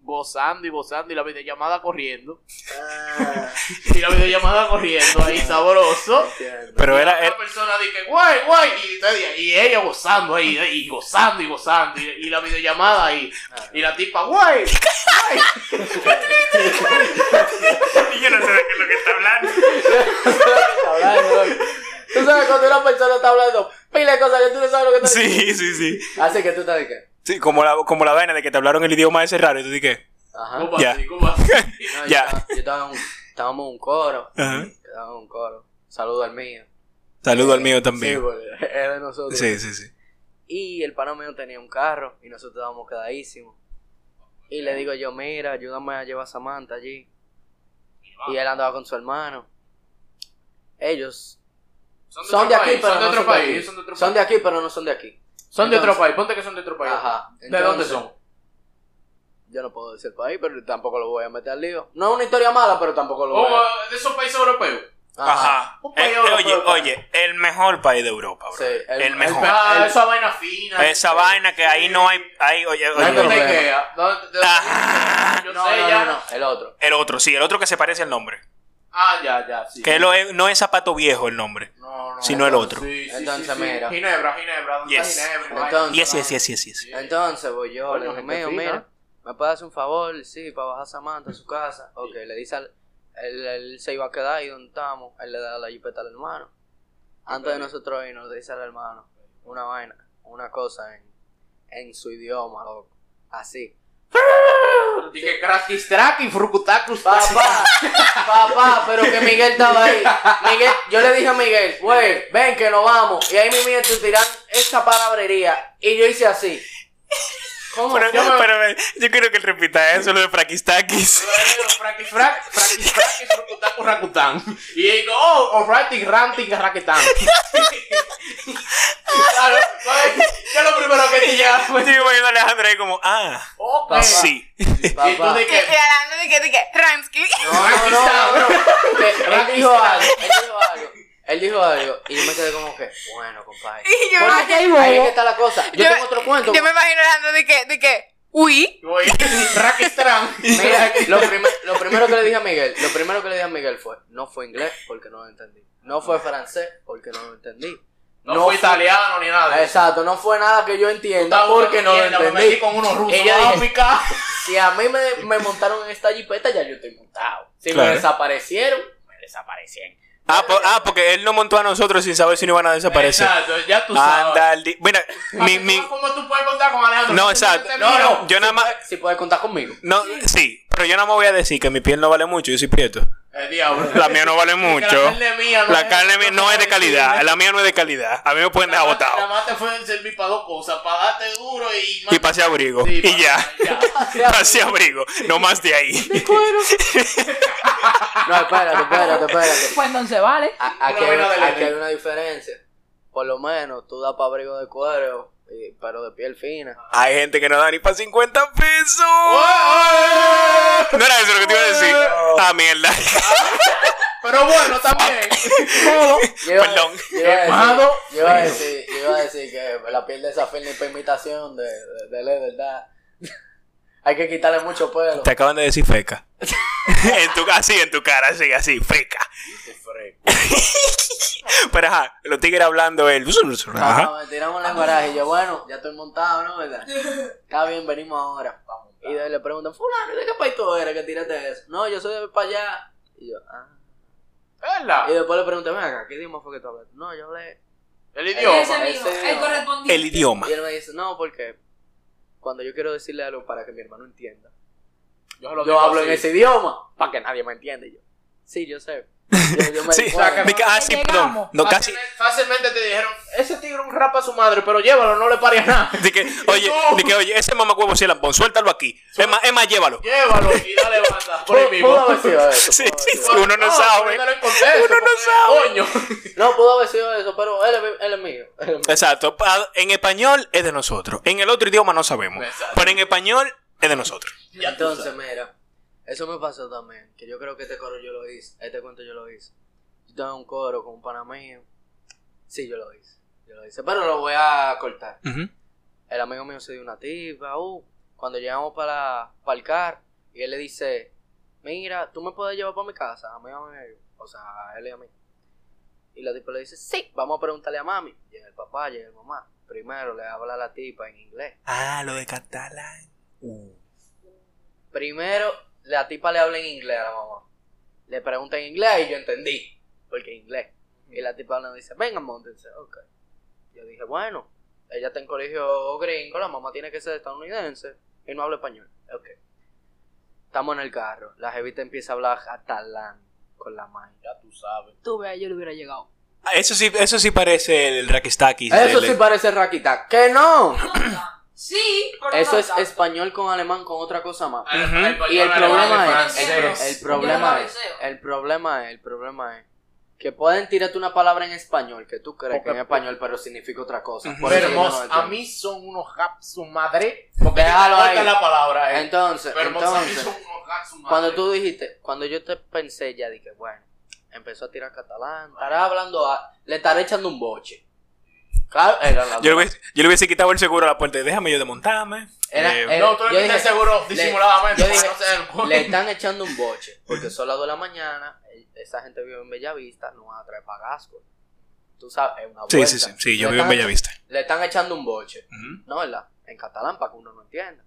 [SPEAKER 2] Gozando y gozando y la videollamada corriendo.
[SPEAKER 1] Ah,
[SPEAKER 2] Y la videollamada corriendo ahí, sabroso.
[SPEAKER 1] Entiendo. [LAUGHS]
[SPEAKER 4] Pero era,
[SPEAKER 2] La
[SPEAKER 4] era-
[SPEAKER 2] persona dice, guay, guay. Y, te- y ella gozando
[SPEAKER 4] [LAUGHS]
[SPEAKER 2] ahí, y gozando y gozando. Y, y la videollamada ahí. Y la tipa, guay.
[SPEAKER 4] [LAUGHS] Yo no sé de qué es lo que está hablando.
[SPEAKER 1] Tú sabes cuando una persona está hablando pila de cosas que tú no sabes lo que está
[SPEAKER 4] Sí, sí, sí.
[SPEAKER 1] Así que tú estás de qué.
[SPEAKER 4] Sí, como la, como la vaina de que te hablaron el idioma ese raro y tú dices
[SPEAKER 1] Ajá.
[SPEAKER 2] ¿Cómo
[SPEAKER 4] Ah, Ya.
[SPEAKER 2] así? ¿Cómo así?
[SPEAKER 1] No, yo
[SPEAKER 4] Ya.
[SPEAKER 1] estaba- Yo estaba en un- estábamos en un coro.
[SPEAKER 4] Ajá.
[SPEAKER 1] Estábamos en un coro. Saludo al mío.
[SPEAKER 4] Saludo al mío
[SPEAKER 1] Sí,
[SPEAKER 4] también.
[SPEAKER 1] porque [LAUGHS] es de nosotros.
[SPEAKER 4] Sí, sí, sí.
[SPEAKER 1] Y el pana mío tenía un carro y nosotros estábamos quedadísimos. Y le digo yo, mira, ayúdame a llevar a Samantha allí. Y él andaba con su hermano. Ellos son de
[SPEAKER 2] otro
[SPEAKER 1] aquí,
[SPEAKER 2] país,
[SPEAKER 1] pero
[SPEAKER 2] son de
[SPEAKER 1] no
[SPEAKER 2] otro país.
[SPEAKER 1] Son de,
[SPEAKER 2] otro
[SPEAKER 1] aquí. Son de aquí, pero no son de aquí.
[SPEAKER 2] Son de otro
[SPEAKER 1] Entonces-
[SPEAKER 2] país, ponte que son de otro país.
[SPEAKER 1] Ajá.
[SPEAKER 2] ¿De dónde
[SPEAKER 1] Entonces,
[SPEAKER 2] son?
[SPEAKER 1] Yo no puedo decir país, pero tampoco lo voy a meter al lío. No es una historia mala, pero tampoco lo voy
[SPEAKER 2] Oh,
[SPEAKER 1] a...
[SPEAKER 2] eh, de esos países europeos.
[SPEAKER 4] Ajá.
[SPEAKER 2] Un
[SPEAKER 4] Eh,
[SPEAKER 2] payola,
[SPEAKER 4] oye,
[SPEAKER 2] pero-
[SPEAKER 4] oye, el mejor país de Europa, bro.
[SPEAKER 1] Sí,
[SPEAKER 4] el,
[SPEAKER 1] el-
[SPEAKER 4] mejor.
[SPEAKER 2] Ah,
[SPEAKER 1] El-
[SPEAKER 2] esa vaina fina. eh,
[SPEAKER 4] Esa vaina que ahí no hay. ahí, oye,
[SPEAKER 2] No hay
[SPEAKER 4] oye,
[SPEAKER 1] Ay,
[SPEAKER 2] donde
[SPEAKER 1] no.
[SPEAKER 2] Ikea. ¿Dónde- de-
[SPEAKER 4] Ah. Ajá.
[SPEAKER 2] Yo
[SPEAKER 1] No,
[SPEAKER 2] sé,
[SPEAKER 1] no,
[SPEAKER 2] ya.
[SPEAKER 1] no, no, el otro.
[SPEAKER 4] El otro, sí, el otro que se parece al nombre.
[SPEAKER 2] Ah, ya, ya, sí.
[SPEAKER 4] Que lo es- no es zapato viejo el nombre.
[SPEAKER 2] No, no.
[SPEAKER 4] sino el otro.
[SPEAKER 2] Sí, sí,
[SPEAKER 1] Entonces,
[SPEAKER 2] sí, sí.
[SPEAKER 1] mira.
[SPEAKER 2] Ginebra, Ginebra. ¿Dónde
[SPEAKER 4] Yes.
[SPEAKER 2] está Ginebra?
[SPEAKER 1] Entonces-
[SPEAKER 4] Yes, yes, yes, yes, yes.
[SPEAKER 1] Entonces voy yo,
[SPEAKER 2] Coño,
[SPEAKER 1] le digo,
[SPEAKER 2] gente
[SPEAKER 1] mío,
[SPEAKER 2] fina.
[SPEAKER 1] mira, ¿me puedes hacer un favor? Sí, para bajar a Samantha a su casa. Ok, le dice al. Él, él se iba a quedar ahí donde estábamos. Él le da la jipeta al hermano. Antes de nosotros irnos, le dice al hermano una vaina, una cosa en, en su idioma, loco. Así.
[SPEAKER 2] Dije crackis, track y frucutacus.
[SPEAKER 1] Papá, [LAUGHS] papá, pero que Miguel estaba ahí. Miguel, yo le dije a Miguel, güey, ven que nos vamos. Y ahí mi mía te tiran esa palabrería. Y yo hice así. ¿Cómo?
[SPEAKER 4] Pero,
[SPEAKER 1] Yo me-
[SPEAKER 4] pero, eh, yo quiero que él repita eso, lo de fraquistaquis.
[SPEAKER 2] Frankie Frank, Frankie Frank y Frucutacu Rakután. Y yo digo, oh, o Frankie Ranting
[SPEAKER 1] [LAUGHS]
[SPEAKER 2] Rakután. Claro, pues, ¿qué es lo primero que te llega?
[SPEAKER 4] [LAUGHS] Yo me imagino a Alejandro ahí como, ah,
[SPEAKER 2] Ok.
[SPEAKER 4] sí.
[SPEAKER 2] Y tú
[SPEAKER 1] Papá.
[SPEAKER 3] Y
[SPEAKER 2] dices,
[SPEAKER 3] Alejandro dije, dije, Ramsky.
[SPEAKER 1] No, no, no, no. Que Él dijo algo, él dijo algo. Él dijo algo y yo me quedé como que, bueno, compadre.
[SPEAKER 3] Y yo me
[SPEAKER 1] Porque
[SPEAKER 3] imagino-
[SPEAKER 1] ahí es que está la cosa. Yo,
[SPEAKER 3] [LAUGHS] Yo-
[SPEAKER 1] tengo otro cuento.
[SPEAKER 3] Yo me imagino a Alejandro dije, dije, uy.
[SPEAKER 2] güey, Rakistran.
[SPEAKER 1] Mira, [LAUGHS] lo, prim- lo primero que le dije a Miguel, lo primero que le dije a Miguel fue, no fue inglés porque no lo entendí. No fue francés porque no lo entendí.
[SPEAKER 2] No fue italiano ni nada.
[SPEAKER 1] Exacto, no fue nada que yo entienda porque no lo
[SPEAKER 2] Mierda, Me metí
[SPEAKER 1] entendí.
[SPEAKER 2] con unos rusos.
[SPEAKER 1] Y yo
[SPEAKER 2] vamos a
[SPEAKER 1] dije-
[SPEAKER 2] picar.
[SPEAKER 1] Si a mí me, me montaron en esta jipeta, ya yo estoy montado. Si
[SPEAKER 4] Claro.
[SPEAKER 1] me desaparecieron, me desaparecieron.
[SPEAKER 4] [LAUGHS] Ah, po- ah, porque él no montó a nosotros sin saber si no iban a
[SPEAKER 2] [LAUGHS]
[SPEAKER 4] desaparecer.
[SPEAKER 2] Exacto, ya tú sabes.
[SPEAKER 4] Anda, al di- Mira, mi, mi-
[SPEAKER 2] ¿Cómo tú puedes contar con Alejandro?
[SPEAKER 4] No,
[SPEAKER 2] Tú
[SPEAKER 4] exacto.
[SPEAKER 2] te
[SPEAKER 1] No,
[SPEAKER 2] miras.
[SPEAKER 1] no.
[SPEAKER 4] Yo nada más.
[SPEAKER 1] Si puedes contar conmigo.
[SPEAKER 4] No, sí, pero yo nada más voy a decir que mi piel no vale mucho, yo soy prieto.
[SPEAKER 2] El Eh, diablo.
[SPEAKER 4] La mía no vale
[SPEAKER 2] Es que
[SPEAKER 4] mucho.
[SPEAKER 2] La carne mía
[SPEAKER 4] La carne mía no es de calidad, la mía no es de calidad. A mí me pueden dejar
[SPEAKER 2] Nada más- Nada
[SPEAKER 4] botado.
[SPEAKER 2] más te fue a servir para dos cosas, para darte duro y...
[SPEAKER 4] Y pasé abrigo.
[SPEAKER 2] Sí,
[SPEAKER 4] Y ya.
[SPEAKER 2] [LAUGHS] ya.
[SPEAKER 4] Pasé abrigo. No más de ahí.
[SPEAKER 1] No, espérate, espérate, espérate.
[SPEAKER 5] Pues entonces vale.
[SPEAKER 1] A- Aquí
[SPEAKER 2] Una
[SPEAKER 1] hay,
[SPEAKER 2] vaina de
[SPEAKER 1] aquí hay
[SPEAKER 2] Lenin.
[SPEAKER 1] una diferencia. Por lo menos tú das para abrigo de cuero, y- pero de piel fina.
[SPEAKER 4] Hay gente que no da ni para 50 pesos. No era eso lo que te iba a decir. Ah, mierda.
[SPEAKER 2] Pero bueno, también.
[SPEAKER 1] Yo iba a-
[SPEAKER 4] Perdón.
[SPEAKER 1] Yo iba a decir-
[SPEAKER 2] Hermano.
[SPEAKER 1] yo iba a decir, yo iba a decir que la piel de esa fina es para imitación de, de, de la verdad. [LAUGHS] hay que quitarle mucho pelo.
[SPEAKER 4] Te acaban de decir feca. en tu, así, en tu cara, así, así, feca. Pero ajá, los tigres hablando él. Ajá.
[SPEAKER 1] Ajá. Me tiramos la embaraje y yo, bueno, ya estoy montado, ¿no? ¿Verdad? Está bien, venimos ahora. Y de- le preguntan, fulano, ¿y ¿de qué país tú eres que tiraste eso? No, yo soy de para allá. Y yo, ah.
[SPEAKER 2] ¿Verdad?
[SPEAKER 1] Y después le pregunté, ven acá, ¿qué idioma fue que tú hablaste? No, yo hablé
[SPEAKER 2] El
[SPEAKER 5] Ese
[SPEAKER 2] idioma.
[SPEAKER 5] mismo,
[SPEAKER 1] ese
[SPEAKER 5] el
[SPEAKER 1] no.
[SPEAKER 5] correspondiente.
[SPEAKER 4] El idioma.
[SPEAKER 1] Y él me dice, no, porque cuando yo quiero decirle algo para que mi hermano entienda,
[SPEAKER 2] Yo,
[SPEAKER 1] yo hablo en ese idioma para que nadie me entienda. Y yo, sí, yo sé. Yo, yo me
[SPEAKER 4] [LAUGHS] Sí,
[SPEAKER 1] recuerdo.
[SPEAKER 4] de- ah, sí, perdón. No, casi.
[SPEAKER 2] Fácilmente te dijeron, ese tigre un rapa a su madre, pero llévalo, no le pares nada.
[SPEAKER 1] [LAUGHS]
[SPEAKER 4] De que, oye,
[SPEAKER 2] No.
[SPEAKER 4] de que, oye, ese mamacuevo sí lambón, suéltalo aquí. Es más, es más, [LAUGHS] llévalo.
[SPEAKER 2] Llévalo y dale banda. Por
[SPEAKER 1] Pudo-
[SPEAKER 2] ahí mismo.
[SPEAKER 1] Pudo haber sido eso.
[SPEAKER 4] Sí,
[SPEAKER 1] pudo haber
[SPEAKER 4] sí,
[SPEAKER 1] sido
[SPEAKER 4] sí, [LAUGHS] uno no sabe.
[SPEAKER 2] pero yo lo encontré,
[SPEAKER 4] Uno no [LAUGHS]
[SPEAKER 2] porque, Coño.
[SPEAKER 1] eso. No, pudo haber sido eso, pero él, es- él es mío. él es mío.
[SPEAKER 4] Exacto. pa- En español es de nosotros. En el otro idioma no sabemos.
[SPEAKER 2] Exacto.
[SPEAKER 4] Pero en español es de nosotros.
[SPEAKER 2] Ya tú
[SPEAKER 1] Entonces,
[SPEAKER 2] sabes.
[SPEAKER 1] mira, eso me pasó también, que yo creo que este coro yo lo hice, este cuento yo lo hice. Yo estaba en un coro con un pana mío. Sí, yo lo hice. Yo lo hice, pero lo voy a cortar.
[SPEAKER 4] Ujú.
[SPEAKER 1] el amigo mío se dio una tipa, uh, cuando llegamos para, para el car, y él le dice, mira, tú me puedes llevar para mi casa, a mí, a mí, a mí". o sea, a él y a mí. Y la tipa le dice, sí, vamos a preguntarle a mami. Llega el papá, llega el mamá. Primero le habla a la tipa en inglés.
[SPEAKER 4] Ah, lo de catalán. Uh.
[SPEAKER 1] Primero la tipa le habla en inglés a la mamá. Le pregunta en inglés y yo entendí, porque en inglés. Y la tipa le dice, venga, montense, ok. Yo dije, bueno, ella está en colegio gringo, la mamá tiene que ser estadounidense y no habla español. Ok. Estamos en el carro, la jevita empieza a hablar catalán con la mano.
[SPEAKER 2] Ya tú sabes.
[SPEAKER 5] Tú veas, yo le hubiera llegado.
[SPEAKER 4] Ah, Eso sí, eso sí parece el Rakistakis.
[SPEAKER 1] Eso
[SPEAKER 4] del-
[SPEAKER 1] sí parece raquita. ¡Que no!
[SPEAKER 5] Sí, pero
[SPEAKER 1] Eso
[SPEAKER 5] no
[SPEAKER 1] es
[SPEAKER 5] está.
[SPEAKER 1] español con alemán con otra cosa más.
[SPEAKER 4] Ujú.
[SPEAKER 1] Y el problema es,
[SPEAKER 5] francés.
[SPEAKER 1] el, pro- el
[SPEAKER 5] Yo
[SPEAKER 1] problema
[SPEAKER 5] no
[SPEAKER 1] es,
[SPEAKER 5] deseo.
[SPEAKER 1] el problema es, el problema es que pueden tirarte una palabra en español que tú crees
[SPEAKER 2] Porque-
[SPEAKER 1] que en español pero significa otra cosa.
[SPEAKER 4] Ujú.
[SPEAKER 1] Por eso yo no lo
[SPEAKER 2] Hermoso. A
[SPEAKER 1] entiendo.
[SPEAKER 2] mí son unos japs su madre. Porque
[SPEAKER 1] Déjalo
[SPEAKER 2] corta
[SPEAKER 1] ahí.
[SPEAKER 2] la palabra, eh.
[SPEAKER 1] Entonces,
[SPEAKER 2] Pero hermoso, a mí
[SPEAKER 1] entonces,
[SPEAKER 2] son unos japs su madre.
[SPEAKER 1] cuando tú dijiste, cuando yo te pensé ya dije, bueno, Empezó a tirar catalán. Estará hablando a... Le estará echando un boche. Claro, era la
[SPEAKER 4] Yo le, hubiese, yo le hubiese quitado el seguro a la puerta. Déjame yo desmontarme.
[SPEAKER 1] Era-
[SPEAKER 4] Eh,
[SPEAKER 1] era-
[SPEAKER 2] No, tú
[SPEAKER 1] yo
[SPEAKER 2] le quitas
[SPEAKER 1] dije-
[SPEAKER 2] seguro
[SPEAKER 1] le-
[SPEAKER 2] disimuladamente.
[SPEAKER 1] yo
[SPEAKER 2] para
[SPEAKER 1] dije-
[SPEAKER 2] no se den cuenta.
[SPEAKER 1] Le están echando un boche, porque son las 2 de la mañana, el- esa gente vive en Bellavista, no va a traer pagasco. Tú sabes, es una
[SPEAKER 4] sí,
[SPEAKER 1] vuelta.
[SPEAKER 4] sí, sí, sí. Yo
[SPEAKER 1] Le
[SPEAKER 4] vivo en
[SPEAKER 1] están-
[SPEAKER 4] Bellavista.
[SPEAKER 1] Le están echando un boche,
[SPEAKER 4] Ujú.
[SPEAKER 1] ¿no? ¿Verdad? En catalán, para que uno no entienda.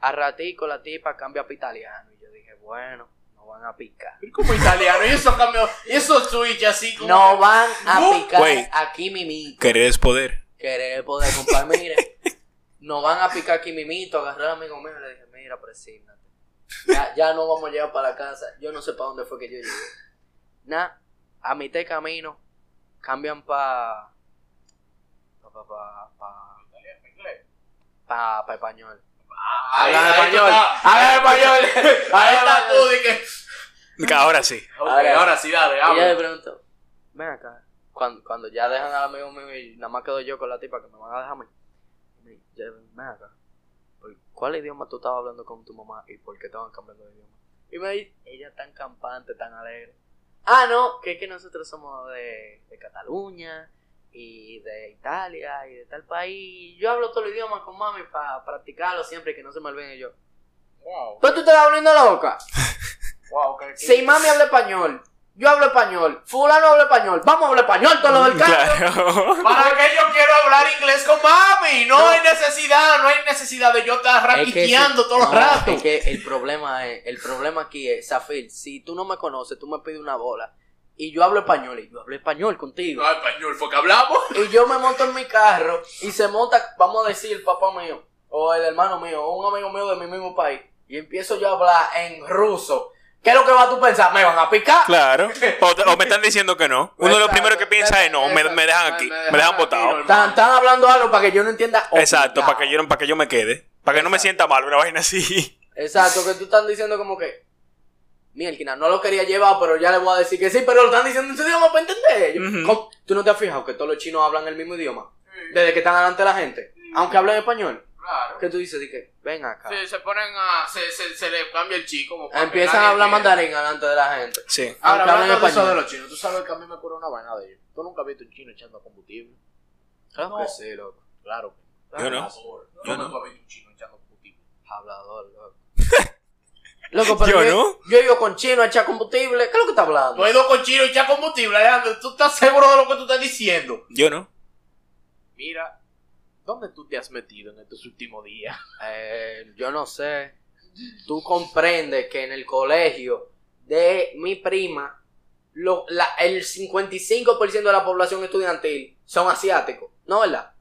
[SPEAKER 1] A ratico la tipa cambia para italiano, y yo dije, bueno, no van a picar.
[SPEAKER 2] Como italiano, y esos cambios, y esos switch así como.
[SPEAKER 1] No van a
[SPEAKER 2] No.
[SPEAKER 1] picar
[SPEAKER 4] Güey.
[SPEAKER 1] aquí, mimito.
[SPEAKER 4] Querer es poder.
[SPEAKER 1] Querer poder comprar, mire. No van a picar aquí, mimito. Agarré al amigo mío y le dije, mira, presígnate. Ya, ya no vamos a llegar para la casa. Yo no sé para dónde fue que yo llegué. Nada, a mitad de camino, cambian para. pa pa pa pa pa pa español.
[SPEAKER 2] Ahí-
[SPEAKER 1] Hablan
[SPEAKER 2] ahí
[SPEAKER 1] español.
[SPEAKER 2] está.
[SPEAKER 1] Hablan español.
[SPEAKER 2] Ahí está
[SPEAKER 1] Hablan
[SPEAKER 2] tú, de que.
[SPEAKER 4] Ahora sí.
[SPEAKER 2] Ok,
[SPEAKER 1] Ahora-
[SPEAKER 2] ahora sí, dale,
[SPEAKER 1] Y yo le
[SPEAKER 2] habla.
[SPEAKER 1] pregunto, ven acá. Cuando, cuando ya dejan al amigo mío y nada más quedo yo con la tipa que me van a dejarme. Yo le pregunto, ven acá. ¿por ¿Cuál idioma tú estabas hablando con tu mamá y por qué estaban cambiando de idioma? Y me dice, ella tan campante, tan alegre. Ah, no, que es que nosotros somos de, de Cataluña y de Italia y de tal país. Yo hablo todos los idiomas con mami para practicarlo siempre y que no se me olviden Y yo.
[SPEAKER 2] Wow,
[SPEAKER 1] ¿Pero tú te vas volviendo loca?
[SPEAKER 2] wow, que-
[SPEAKER 1] Si mami habla español, yo hablo español, fulano habla español, vamos a hablar español todos los del cambio.
[SPEAKER 4] Claro.
[SPEAKER 2] ¿Para qué yo quiero hablar inglés con mami? No,
[SPEAKER 1] No.
[SPEAKER 2] hay necesidad, no hay necesidad de yo estar raquiteando todo el
[SPEAKER 1] no,
[SPEAKER 2] rato.
[SPEAKER 1] Es que el problema es, el problema aquí es, Zafir, si tú no me conoces, tú me pides una bola y yo hablo español y yo hablo español contigo.
[SPEAKER 2] No, español fue que hablamos.
[SPEAKER 1] Y yo me monto en mi carro y se monta, vamos a decir, el papá mío, o el hermano mío, o un amigo mío de mi mismo país, y empiezo yo a hablar en ruso. ¿Qué es lo que vas tú a pensar? ¿Me van a picar?
[SPEAKER 4] Claro. O, o me están diciendo que no. Uno de los primeros que piensa es no, me, me dejan aquí. Me dejan botado.
[SPEAKER 1] Están, están hablando algo para que yo no entienda.
[SPEAKER 4] Exacto, para que
[SPEAKER 1] Obligado.
[SPEAKER 4] yo, no- para que yo me quede. Para que no me sienta mal una vaina así. [LAUGHS]
[SPEAKER 1] Exacto, que tú estás diciendo como que. Mielquina, no lo quería llevar, pero ya le voy a decir que sí, pero lo están diciendo en su idioma para entender. Yo,
[SPEAKER 4] Ujú.
[SPEAKER 1] ¿cómo? ¿Tú no te has fijado que todos los chinos hablan el mismo idioma? Desde que están delante de la gente. Aunque hablen español.
[SPEAKER 2] Claro.
[SPEAKER 1] Que tú dices, di que, ven acá.
[SPEAKER 2] Se, se ponen a. Ah. Se, se, se le cambia el chico. Como para que
[SPEAKER 1] Empiezan
[SPEAKER 2] nadie
[SPEAKER 1] a hablar
[SPEAKER 2] quiera.
[SPEAKER 1] mandarín delante de la gente.
[SPEAKER 4] Sí.
[SPEAKER 2] Ahora,
[SPEAKER 1] Aunque hablen
[SPEAKER 2] hablando de eso
[SPEAKER 1] español.
[SPEAKER 2] de los chinos, tú sabes que a mí me cura una vaina de ellos. Tú nunca has visto un chino echando combustible.
[SPEAKER 1] Claro
[SPEAKER 2] Ah, No.
[SPEAKER 1] que sí, loco.
[SPEAKER 2] Claro.
[SPEAKER 4] Yo no.
[SPEAKER 2] Tú
[SPEAKER 4] Yo no.
[SPEAKER 2] nunca has visto un chino echando combustible.
[SPEAKER 1] Hablador, loco. Loco, pero
[SPEAKER 4] Yo
[SPEAKER 1] yo,
[SPEAKER 4] no.
[SPEAKER 1] yo he ido con chino a echar combustible. ¿Qué es lo que está hablando?
[SPEAKER 2] Tú has ido con chino y echar combustible, Alejandro. ¿Tú estás seguro de lo que tú estás diciendo?
[SPEAKER 4] Yo no.
[SPEAKER 2] Mira, ¿dónde tú te has metido en estos últimos días?
[SPEAKER 1] Eh, yo no sé. Tú comprendes que en el colegio de mi prima, lo- la- el 55% de la población estudiantil son asiáticos, ¿no verdad?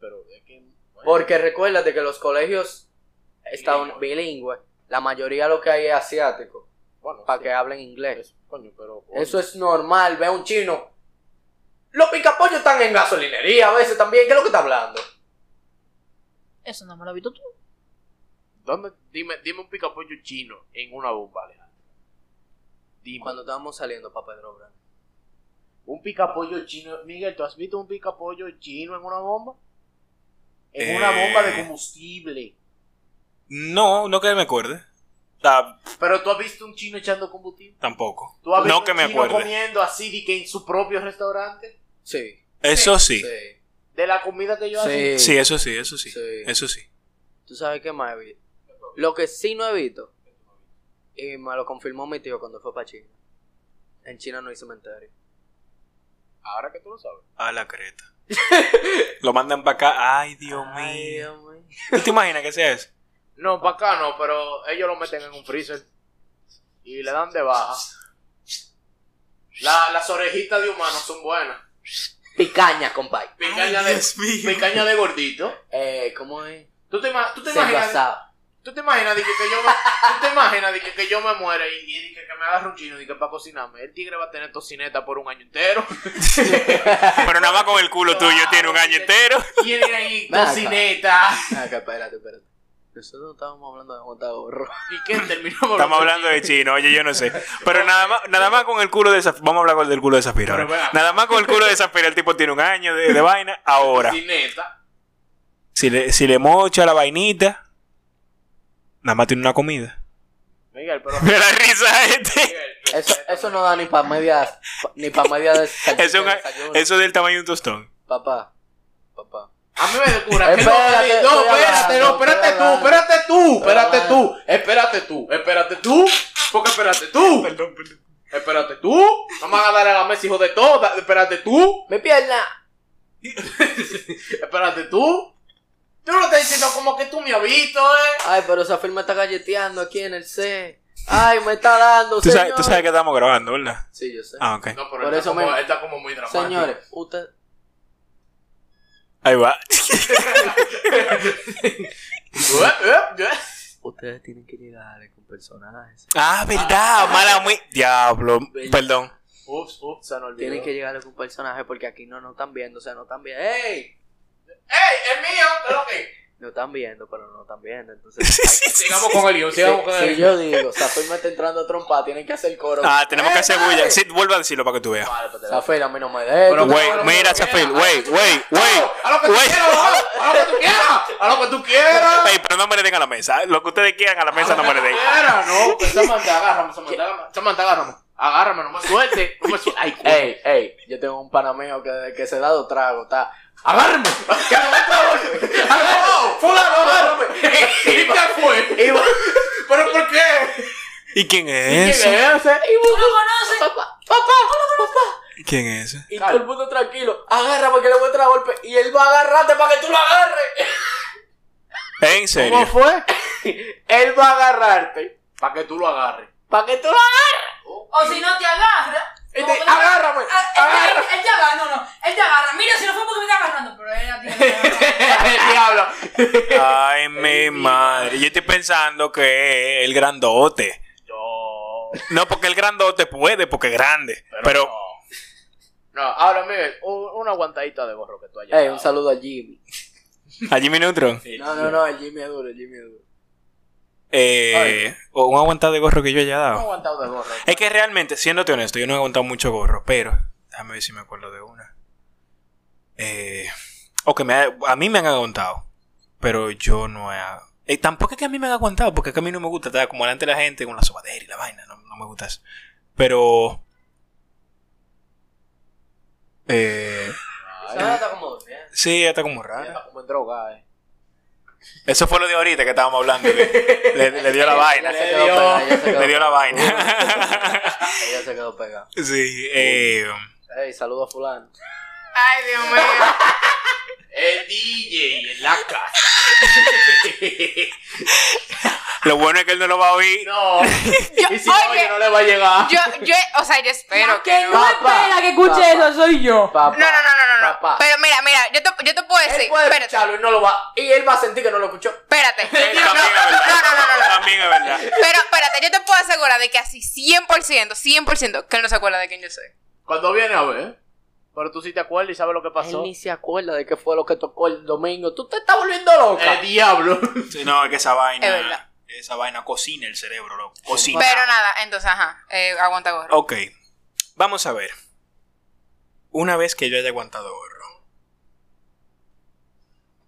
[SPEAKER 2] Pero es que. bueno,
[SPEAKER 1] Porque recuérdate que los colegios estadoun- bilingües, la mayoría de lo que hay es asiático,
[SPEAKER 2] Bueno,
[SPEAKER 1] para que hablen inglés.
[SPEAKER 2] eso, coño, pero.
[SPEAKER 1] Eso es normal, ve a un chino. Los picapollos están en gasolinería a veces también, ¿qué es lo que está hablando?
[SPEAKER 5] Eso no me lo has visto tú.
[SPEAKER 2] ¿Dónde? Dime, dime un picapollo chino en una bomba, Alejandro. Dime.
[SPEAKER 1] Cuando estábamos saliendo para Pedro Obran.
[SPEAKER 2] Un picapollo chino. Miguel, ¿tú has visto un picapollo chino en una bomba? En
[SPEAKER 4] Eh.
[SPEAKER 2] una bomba de combustible.
[SPEAKER 4] No, no que me acuerde. Ta-
[SPEAKER 2] Pero tú has visto un chino echando combustible.
[SPEAKER 4] tampoco.
[SPEAKER 2] ¿Tú has visto
[SPEAKER 4] No que
[SPEAKER 2] un
[SPEAKER 4] me
[SPEAKER 2] chino
[SPEAKER 4] acuerde.
[SPEAKER 2] comiendo así de que en su propio restaurante?
[SPEAKER 1] Sí,
[SPEAKER 4] Eso sí.
[SPEAKER 2] De la comida que yo hacía.
[SPEAKER 1] Sí.
[SPEAKER 4] Sí, eso sí, eso sí.
[SPEAKER 1] Sí.
[SPEAKER 4] Eso sí.
[SPEAKER 1] ¿Tú sabes qué más he visto? Lo que sí no he visto, y me lo confirmó mi tío cuando fue para China. En China no hay cementerio.
[SPEAKER 2] Ahora que tú lo sabes.
[SPEAKER 4] A la creta. Lo mandan para acá. Ay, Dios
[SPEAKER 1] Ay,
[SPEAKER 4] mío.
[SPEAKER 1] Dios mío.
[SPEAKER 4] ¿Tú te imaginas que sea eso?
[SPEAKER 2] No, para acá no, pero ellos lo meten en un freezer. Y le dan de baja. La- las orejitas de humanos son buenas.
[SPEAKER 1] Picaña, compay.
[SPEAKER 2] Picaña,
[SPEAKER 4] Ay,
[SPEAKER 2] de,
[SPEAKER 4] Dios mío.
[SPEAKER 2] picaña de gordito.
[SPEAKER 1] Eh, ¿Cómo es?
[SPEAKER 2] ¿Tú te, ima- tú te
[SPEAKER 1] Se
[SPEAKER 2] imaginas?
[SPEAKER 1] WhatsApp.
[SPEAKER 2] ¿Tú te imaginas de que, que yo me, tú te imaginas de que, que yo me muera y, y de que, que me agarre un chino y que para cocinarme? El tigre va a tener tocineta por un año entero.
[SPEAKER 4] Pero nada más con el culo tuyo tiene un año entero.
[SPEAKER 2] Y él ahí,
[SPEAKER 1] Ven acá.
[SPEAKER 2] tocineta.
[SPEAKER 1] Ah, que espérate, espérate. Nosotros no estábamos hablando de montar gorro.
[SPEAKER 2] ¿Y qué terminamos
[SPEAKER 4] Estamos hablando de chino, oye, yo no sé. Pero nada más, nada más con el culo de Zafira. Vamos a hablar con- del culo de Zafira
[SPEAKER 2] Pero
[SPEAKER 4] ahora.
[SPEAKER 2] vea.
[SPEAKER 4] Nada más con el culo de Zafira. El tipo tiene un año de, de vaina. Ahora,
[SPEAKER 2] Tocineta.
[SPEAKER 4] si le, si le mocha la vainita, nada más tiene una comida.
[SPEAKER 2] Miguel,
[SPEAKER 1] [LAUGHS]
[SPEAKER 2] pero.
[SPEAKER 4] Mira la risa este.
[SPEAKER 2] Miguel,
[SPEAKER 1] Eso, eso no da ni para media, pa- ni para media
[SPEAKER 4] [LAUGHS]
[SPEAKER 1] de salchicha
[SPEAKER 4] Eso,
[SPEAKER 1] de
[SPEAKER 4] es
[SPEAKER 1] desayuno.
[SPEAKER 4] un- eso es del tamaño de un tostón.
[SPEAKER 1] Papá, papá.
[SPEAKER 2] A mí me descubra. que no,
[SPEAKER 1] Espérate,
[SPEAKER 2] no,
[SPEAKER 1] estoy
[SPEAKER 2] espérate, no,
[SPEAKER 1] hablando,
[SPEAKER 2] espérate
[SPEAKER 1] estoy
[SPEAKER 2] tú,
[SPEAKER 1] hablando.
[SPEAKER 2] espérate tú,
[SPEAKER 1] Estoy
[SPEAKER 2] espérate
[SPEAKER 1] hablando.
[SPEAKER 2] tú, espérate tú, espérate tú, porque espérate tú,
[SPEAKER 4] Perdón, perdón.
[SPEAKER 2] espérate tú. No me hagas darle a la mesa, hijo de todo, da- espérate tú,
[SPEAKER 1] ¡Mi pierna!
[SPEAKER 2] espérate tú. Tú no estás diciendo como que tú me has visto, eh.
[SPEAKER 1] Ay, pero esa firma está galleteando aquí en el C. Ay, me está dando,
[SPEAKER 4] Tú sabes,
[SPEAKER 1] señores.
[SPEAKER 4] tú sabes que estamos grabando, ¿verdad?
[SPEAKER 1] Sí, yo sé.
[SPEAKER 4] Ah, ok.
[SPEAKER 2] No,
[SPEAKER 1] Por
[SPEAKER 2] pero él está
[SPEAKER 1] eso
[SPEAKER 2] como-
[SPEAKER 1] me-
[SPEAKER 2] él está como muy dramático.
[SPEAKER 1] Señores, usted...
[SPEAKER 4] Ahí va.
[SPEAKER 2] Eh, eh, eh.
[SPEAKER 1] ustedes tienen que llegar con personajes.
[SPEAKER 4] Ah, verdad. Mala muy. Diablo. Perdón.
[SPEAKER 2] Ups, ups, se nos olvidó.
[SPEAKER 1] Tienen que llegar con personajes porque aquí no nos están viendo, o sea, no están viendo. ¡Ey!
[SPEAKER 2] ¡Ey, es mío! Claro que.
[SPEAKER 1] No están viendo, pero no están viendo.
[SPEAKER 4] [LAUGHS]
[SPEAKER 1] Entonces,
[SPEAKER 2] Sigamos con el guión,
[SPEAKER 1] si,
[SPEAKER 2] sigamos con el
[SPEAKER 1] si yo digo, Zafir me está entrando a trompar, tienen que hacer coro.
[SPEAKER 4] Ah, tenemos que hacer bulla.
[SPEAKER 2] vale.
[SPEAKER 4] Sí, vuelve a decirlo para que tú veas.
[SPEAKER 2] Vale, pues, te la-
[SPEAKER 1] Zafir, a mí no me dé.
[SPEAKER 2] Pero-
[SPEAKER 4] Güey,
[SPEAKER 2] no, no,
[SPEAKER 4] mira,
[SPEAKER 2] no,
[SPEAKER 4] Zafir.
[SPEAKER 2] no,
[SPEAKER 4] Güey,
[SPEAKER 2] no,
[SPEAKER 4] güey, güey.
[SPEAKER 2] A lo que tú
[SPEAKER 4] Güey.
[SPEAKER 2] quieras, bro, a lo que tú quieras, a lo que tú quieras.
[SPEAKER 4] Ey, pero no me le den a la mesa. Lo que ustedes quieran a la mesa no me le den.
[SPEAKER 2] Espera, no, pues, Samantha, agárrame, Samantha, agárrame. Samantha, agárrame. Agárrame, no me suelte. No me suelte. Ay, culo.
[SPEAKER 1] Ey, ey, yo tengo un pana mío que, que se da dos tragos, está.
[SPEAKER 2] Agárrame. Que me meto a golpe. Agárrame. Fulano, agárrame. Y te fue.
[SPEAKER 1] Y va-
[SPEAKER 2] ¿Pero por qué?
[SPEAKER 4] ¿Y quién
[SPEAKER 2] ¿Quién
[SPEAKER 4] es
[SPEAKER 2] es
[SPEAKER 4] ese?
[SPEAKER 2] ese?
[SPEAKER 5] ¿Tú lo conoces?
[SPEAKER 1] Papá, papá, papá.
[SPEAKER 4] ¿Quién es ese?
[SPEAKER 1] Y
[SPEAKER 2] Calma.
[SPEAKER 1] todo el mundo tranquilo. Agarra porque le voy a entrar a golpe. Y él va a agarrarte para que tú lo agarres.
[SPEAKER 4] ¿En serio?
[SPEAKER 2] fue?
[SPEAKER 1] Él va a agarrarte
[SPEAKER 2] Para que tú lo agarres.
[SPEAKER 1] para que tú lo agarres.
[SPEAKER 5] O si no te agarra.
[SPEAKER 1] Y
[SPEAKER 5] como
[SPEAKER 1] te-
[SPEAKER 5] que no-
[SPEAKER 1] agárrame,
[SPEAKER 5] Ah, él te-
[SPEAKER 1] agárrame.
[SPEAKER 5] Él te agarra, no, no. Él te agarra. Mira, si no fue porque me está agarrando. Pero él a ti no te agarra.
[SPEAKER 2] Diablo.
[SPEAKER 4] Ay, mi madre. Yo estoy pensando que es el grandote.
[SPEAKER 2] No.
[SPEAKER 4] No, porque el grandote puede, porque es grande. Pero.
[SPEAKER 2] No, ahora Miguel, un- una aguantadita de gorro que tú hayas.
[SPEAKER 3] Eh,
[SPEAKER 1] Ey, un
[SPEAKER 2] dado.
[SPEAKER 1] saludo a Jimmy.
[SPEAKER 4] A Jimmy Neutron.
[SPEAKER 1] No, no, no, el Jimmy es duro, el Jimmy es duro.
[SPEAKER 4] Eh, o un aguantado de gorro que yo haya
[SPEAKER 2] Un
[SPEAKER 4] dado.
[SPEAKER 2] aguantado de gorro.
[SPEAKER 4] Es que realmente, siéndote honesto, yo no he aguantado mucho gorro, pero déjame ver si me acuerdo de una. Eh, o que me ha- a mí me han aguantado, pero yo no he. eh, tampoco es que a mí me han aguantado, porque es que a mí no me gusta estar como delante de la gente con la sobadera y la vaina, no, no me gusta eso. Pero. Eh,
[SPEAKER 1] Esa nada está como durmiendo.
[SPEAKER 4] sí, está como
[SPEAKER 1] Ah.
[SPEAKER 4] rara.
[SPEAKER 2] Está como en droga, eh.
[SPEAKER 4] Eso fue lo de ahorita que estábamos hablando. que le, le
[SPEAKER 1] [LAUGHS]
[SPEAKER 4] dio la vaina.
[SPEAKER 1] Ella se quedó
[SPEAKER 2] dio.
[SPEAKER 1] pegada, ella se quedó
[SPEAKER 4] Le dio la
[SPEAKER 1] pegada.
[SPEAKER 4] vaina.
[SPEAKER 1] Ella se quedó pegada.
[SPEAKER 4] [LAUGHS] sí, eh.
[SPEAKER 1] Ey, saludo a fulano.
[SPEAKER 3] Ay, Dios mío.
[SPEAKER 2] El DJ en la casa.
[SPEAKER 4] Lo bueno es que él no lo va a oír.
[SPEAKER 2] No.
[SPEAKER 3] [LAUGHS] Yo-
[SPEAKER 2] y si no,
[SPEAKER 3] oye.
[SPEAKER 2] yo no le va a llegar.
[SPEAKER 3] Yo, yo, o sea, yo espero que no.
[SPEAKER 1] Papá, papá,
[SPEAKER 5] soy yo.
[SPEAKER 1] Papá.
[SPEAKER 3] No, no, no, no, no, no.
[SPEAKER 1] Papá.
[SPEAKER 3] Pero mira, mira, yo te, yo te puedo decir.
[SPEAKER 1] Él puede
[SPEAKER 3] Espérate,
[SPEAKER 1] escucharlo y no lo va. Y él va a sentir que no lo escuchó.
[SPEAKER 3] espérate.
[SPEAKER 4] Eh, También es verdad.
[SPEAKER 3] no, no, no, no.
[SPEAKER 4] También es verdad.
[SPEAKER 3] Pero espérate, yo te puedo asegurar de que así 100%, 100% que él no se acuerda de quién yo soy.
[SPEAKER 2] Cuando viene a ver. Pero tú sí te acuerdas y sabes lo que
[SPEAKER 1] Él
[SPEAKER 2] pasó.
[SPEAKER 1] ni se acuerda de qué fue lo que tocó el domingo. Tú te estás volviendo loca.
[SPEAKER 2] El diablo.
[SPEAKER 4] Sí, no, es que esa vaina.
[SPEAKER 3] Es verdad.
[SPEAKER 4] Esa vaina cocina el cerebro, loco. Cocina.
[SPEAKER 3] Pero nada, entonces, ajá, eh, aguanta gorro.
[SPEAKER 4] Ok. Vamos a ver. Una vez que yo haya aguantado gorro.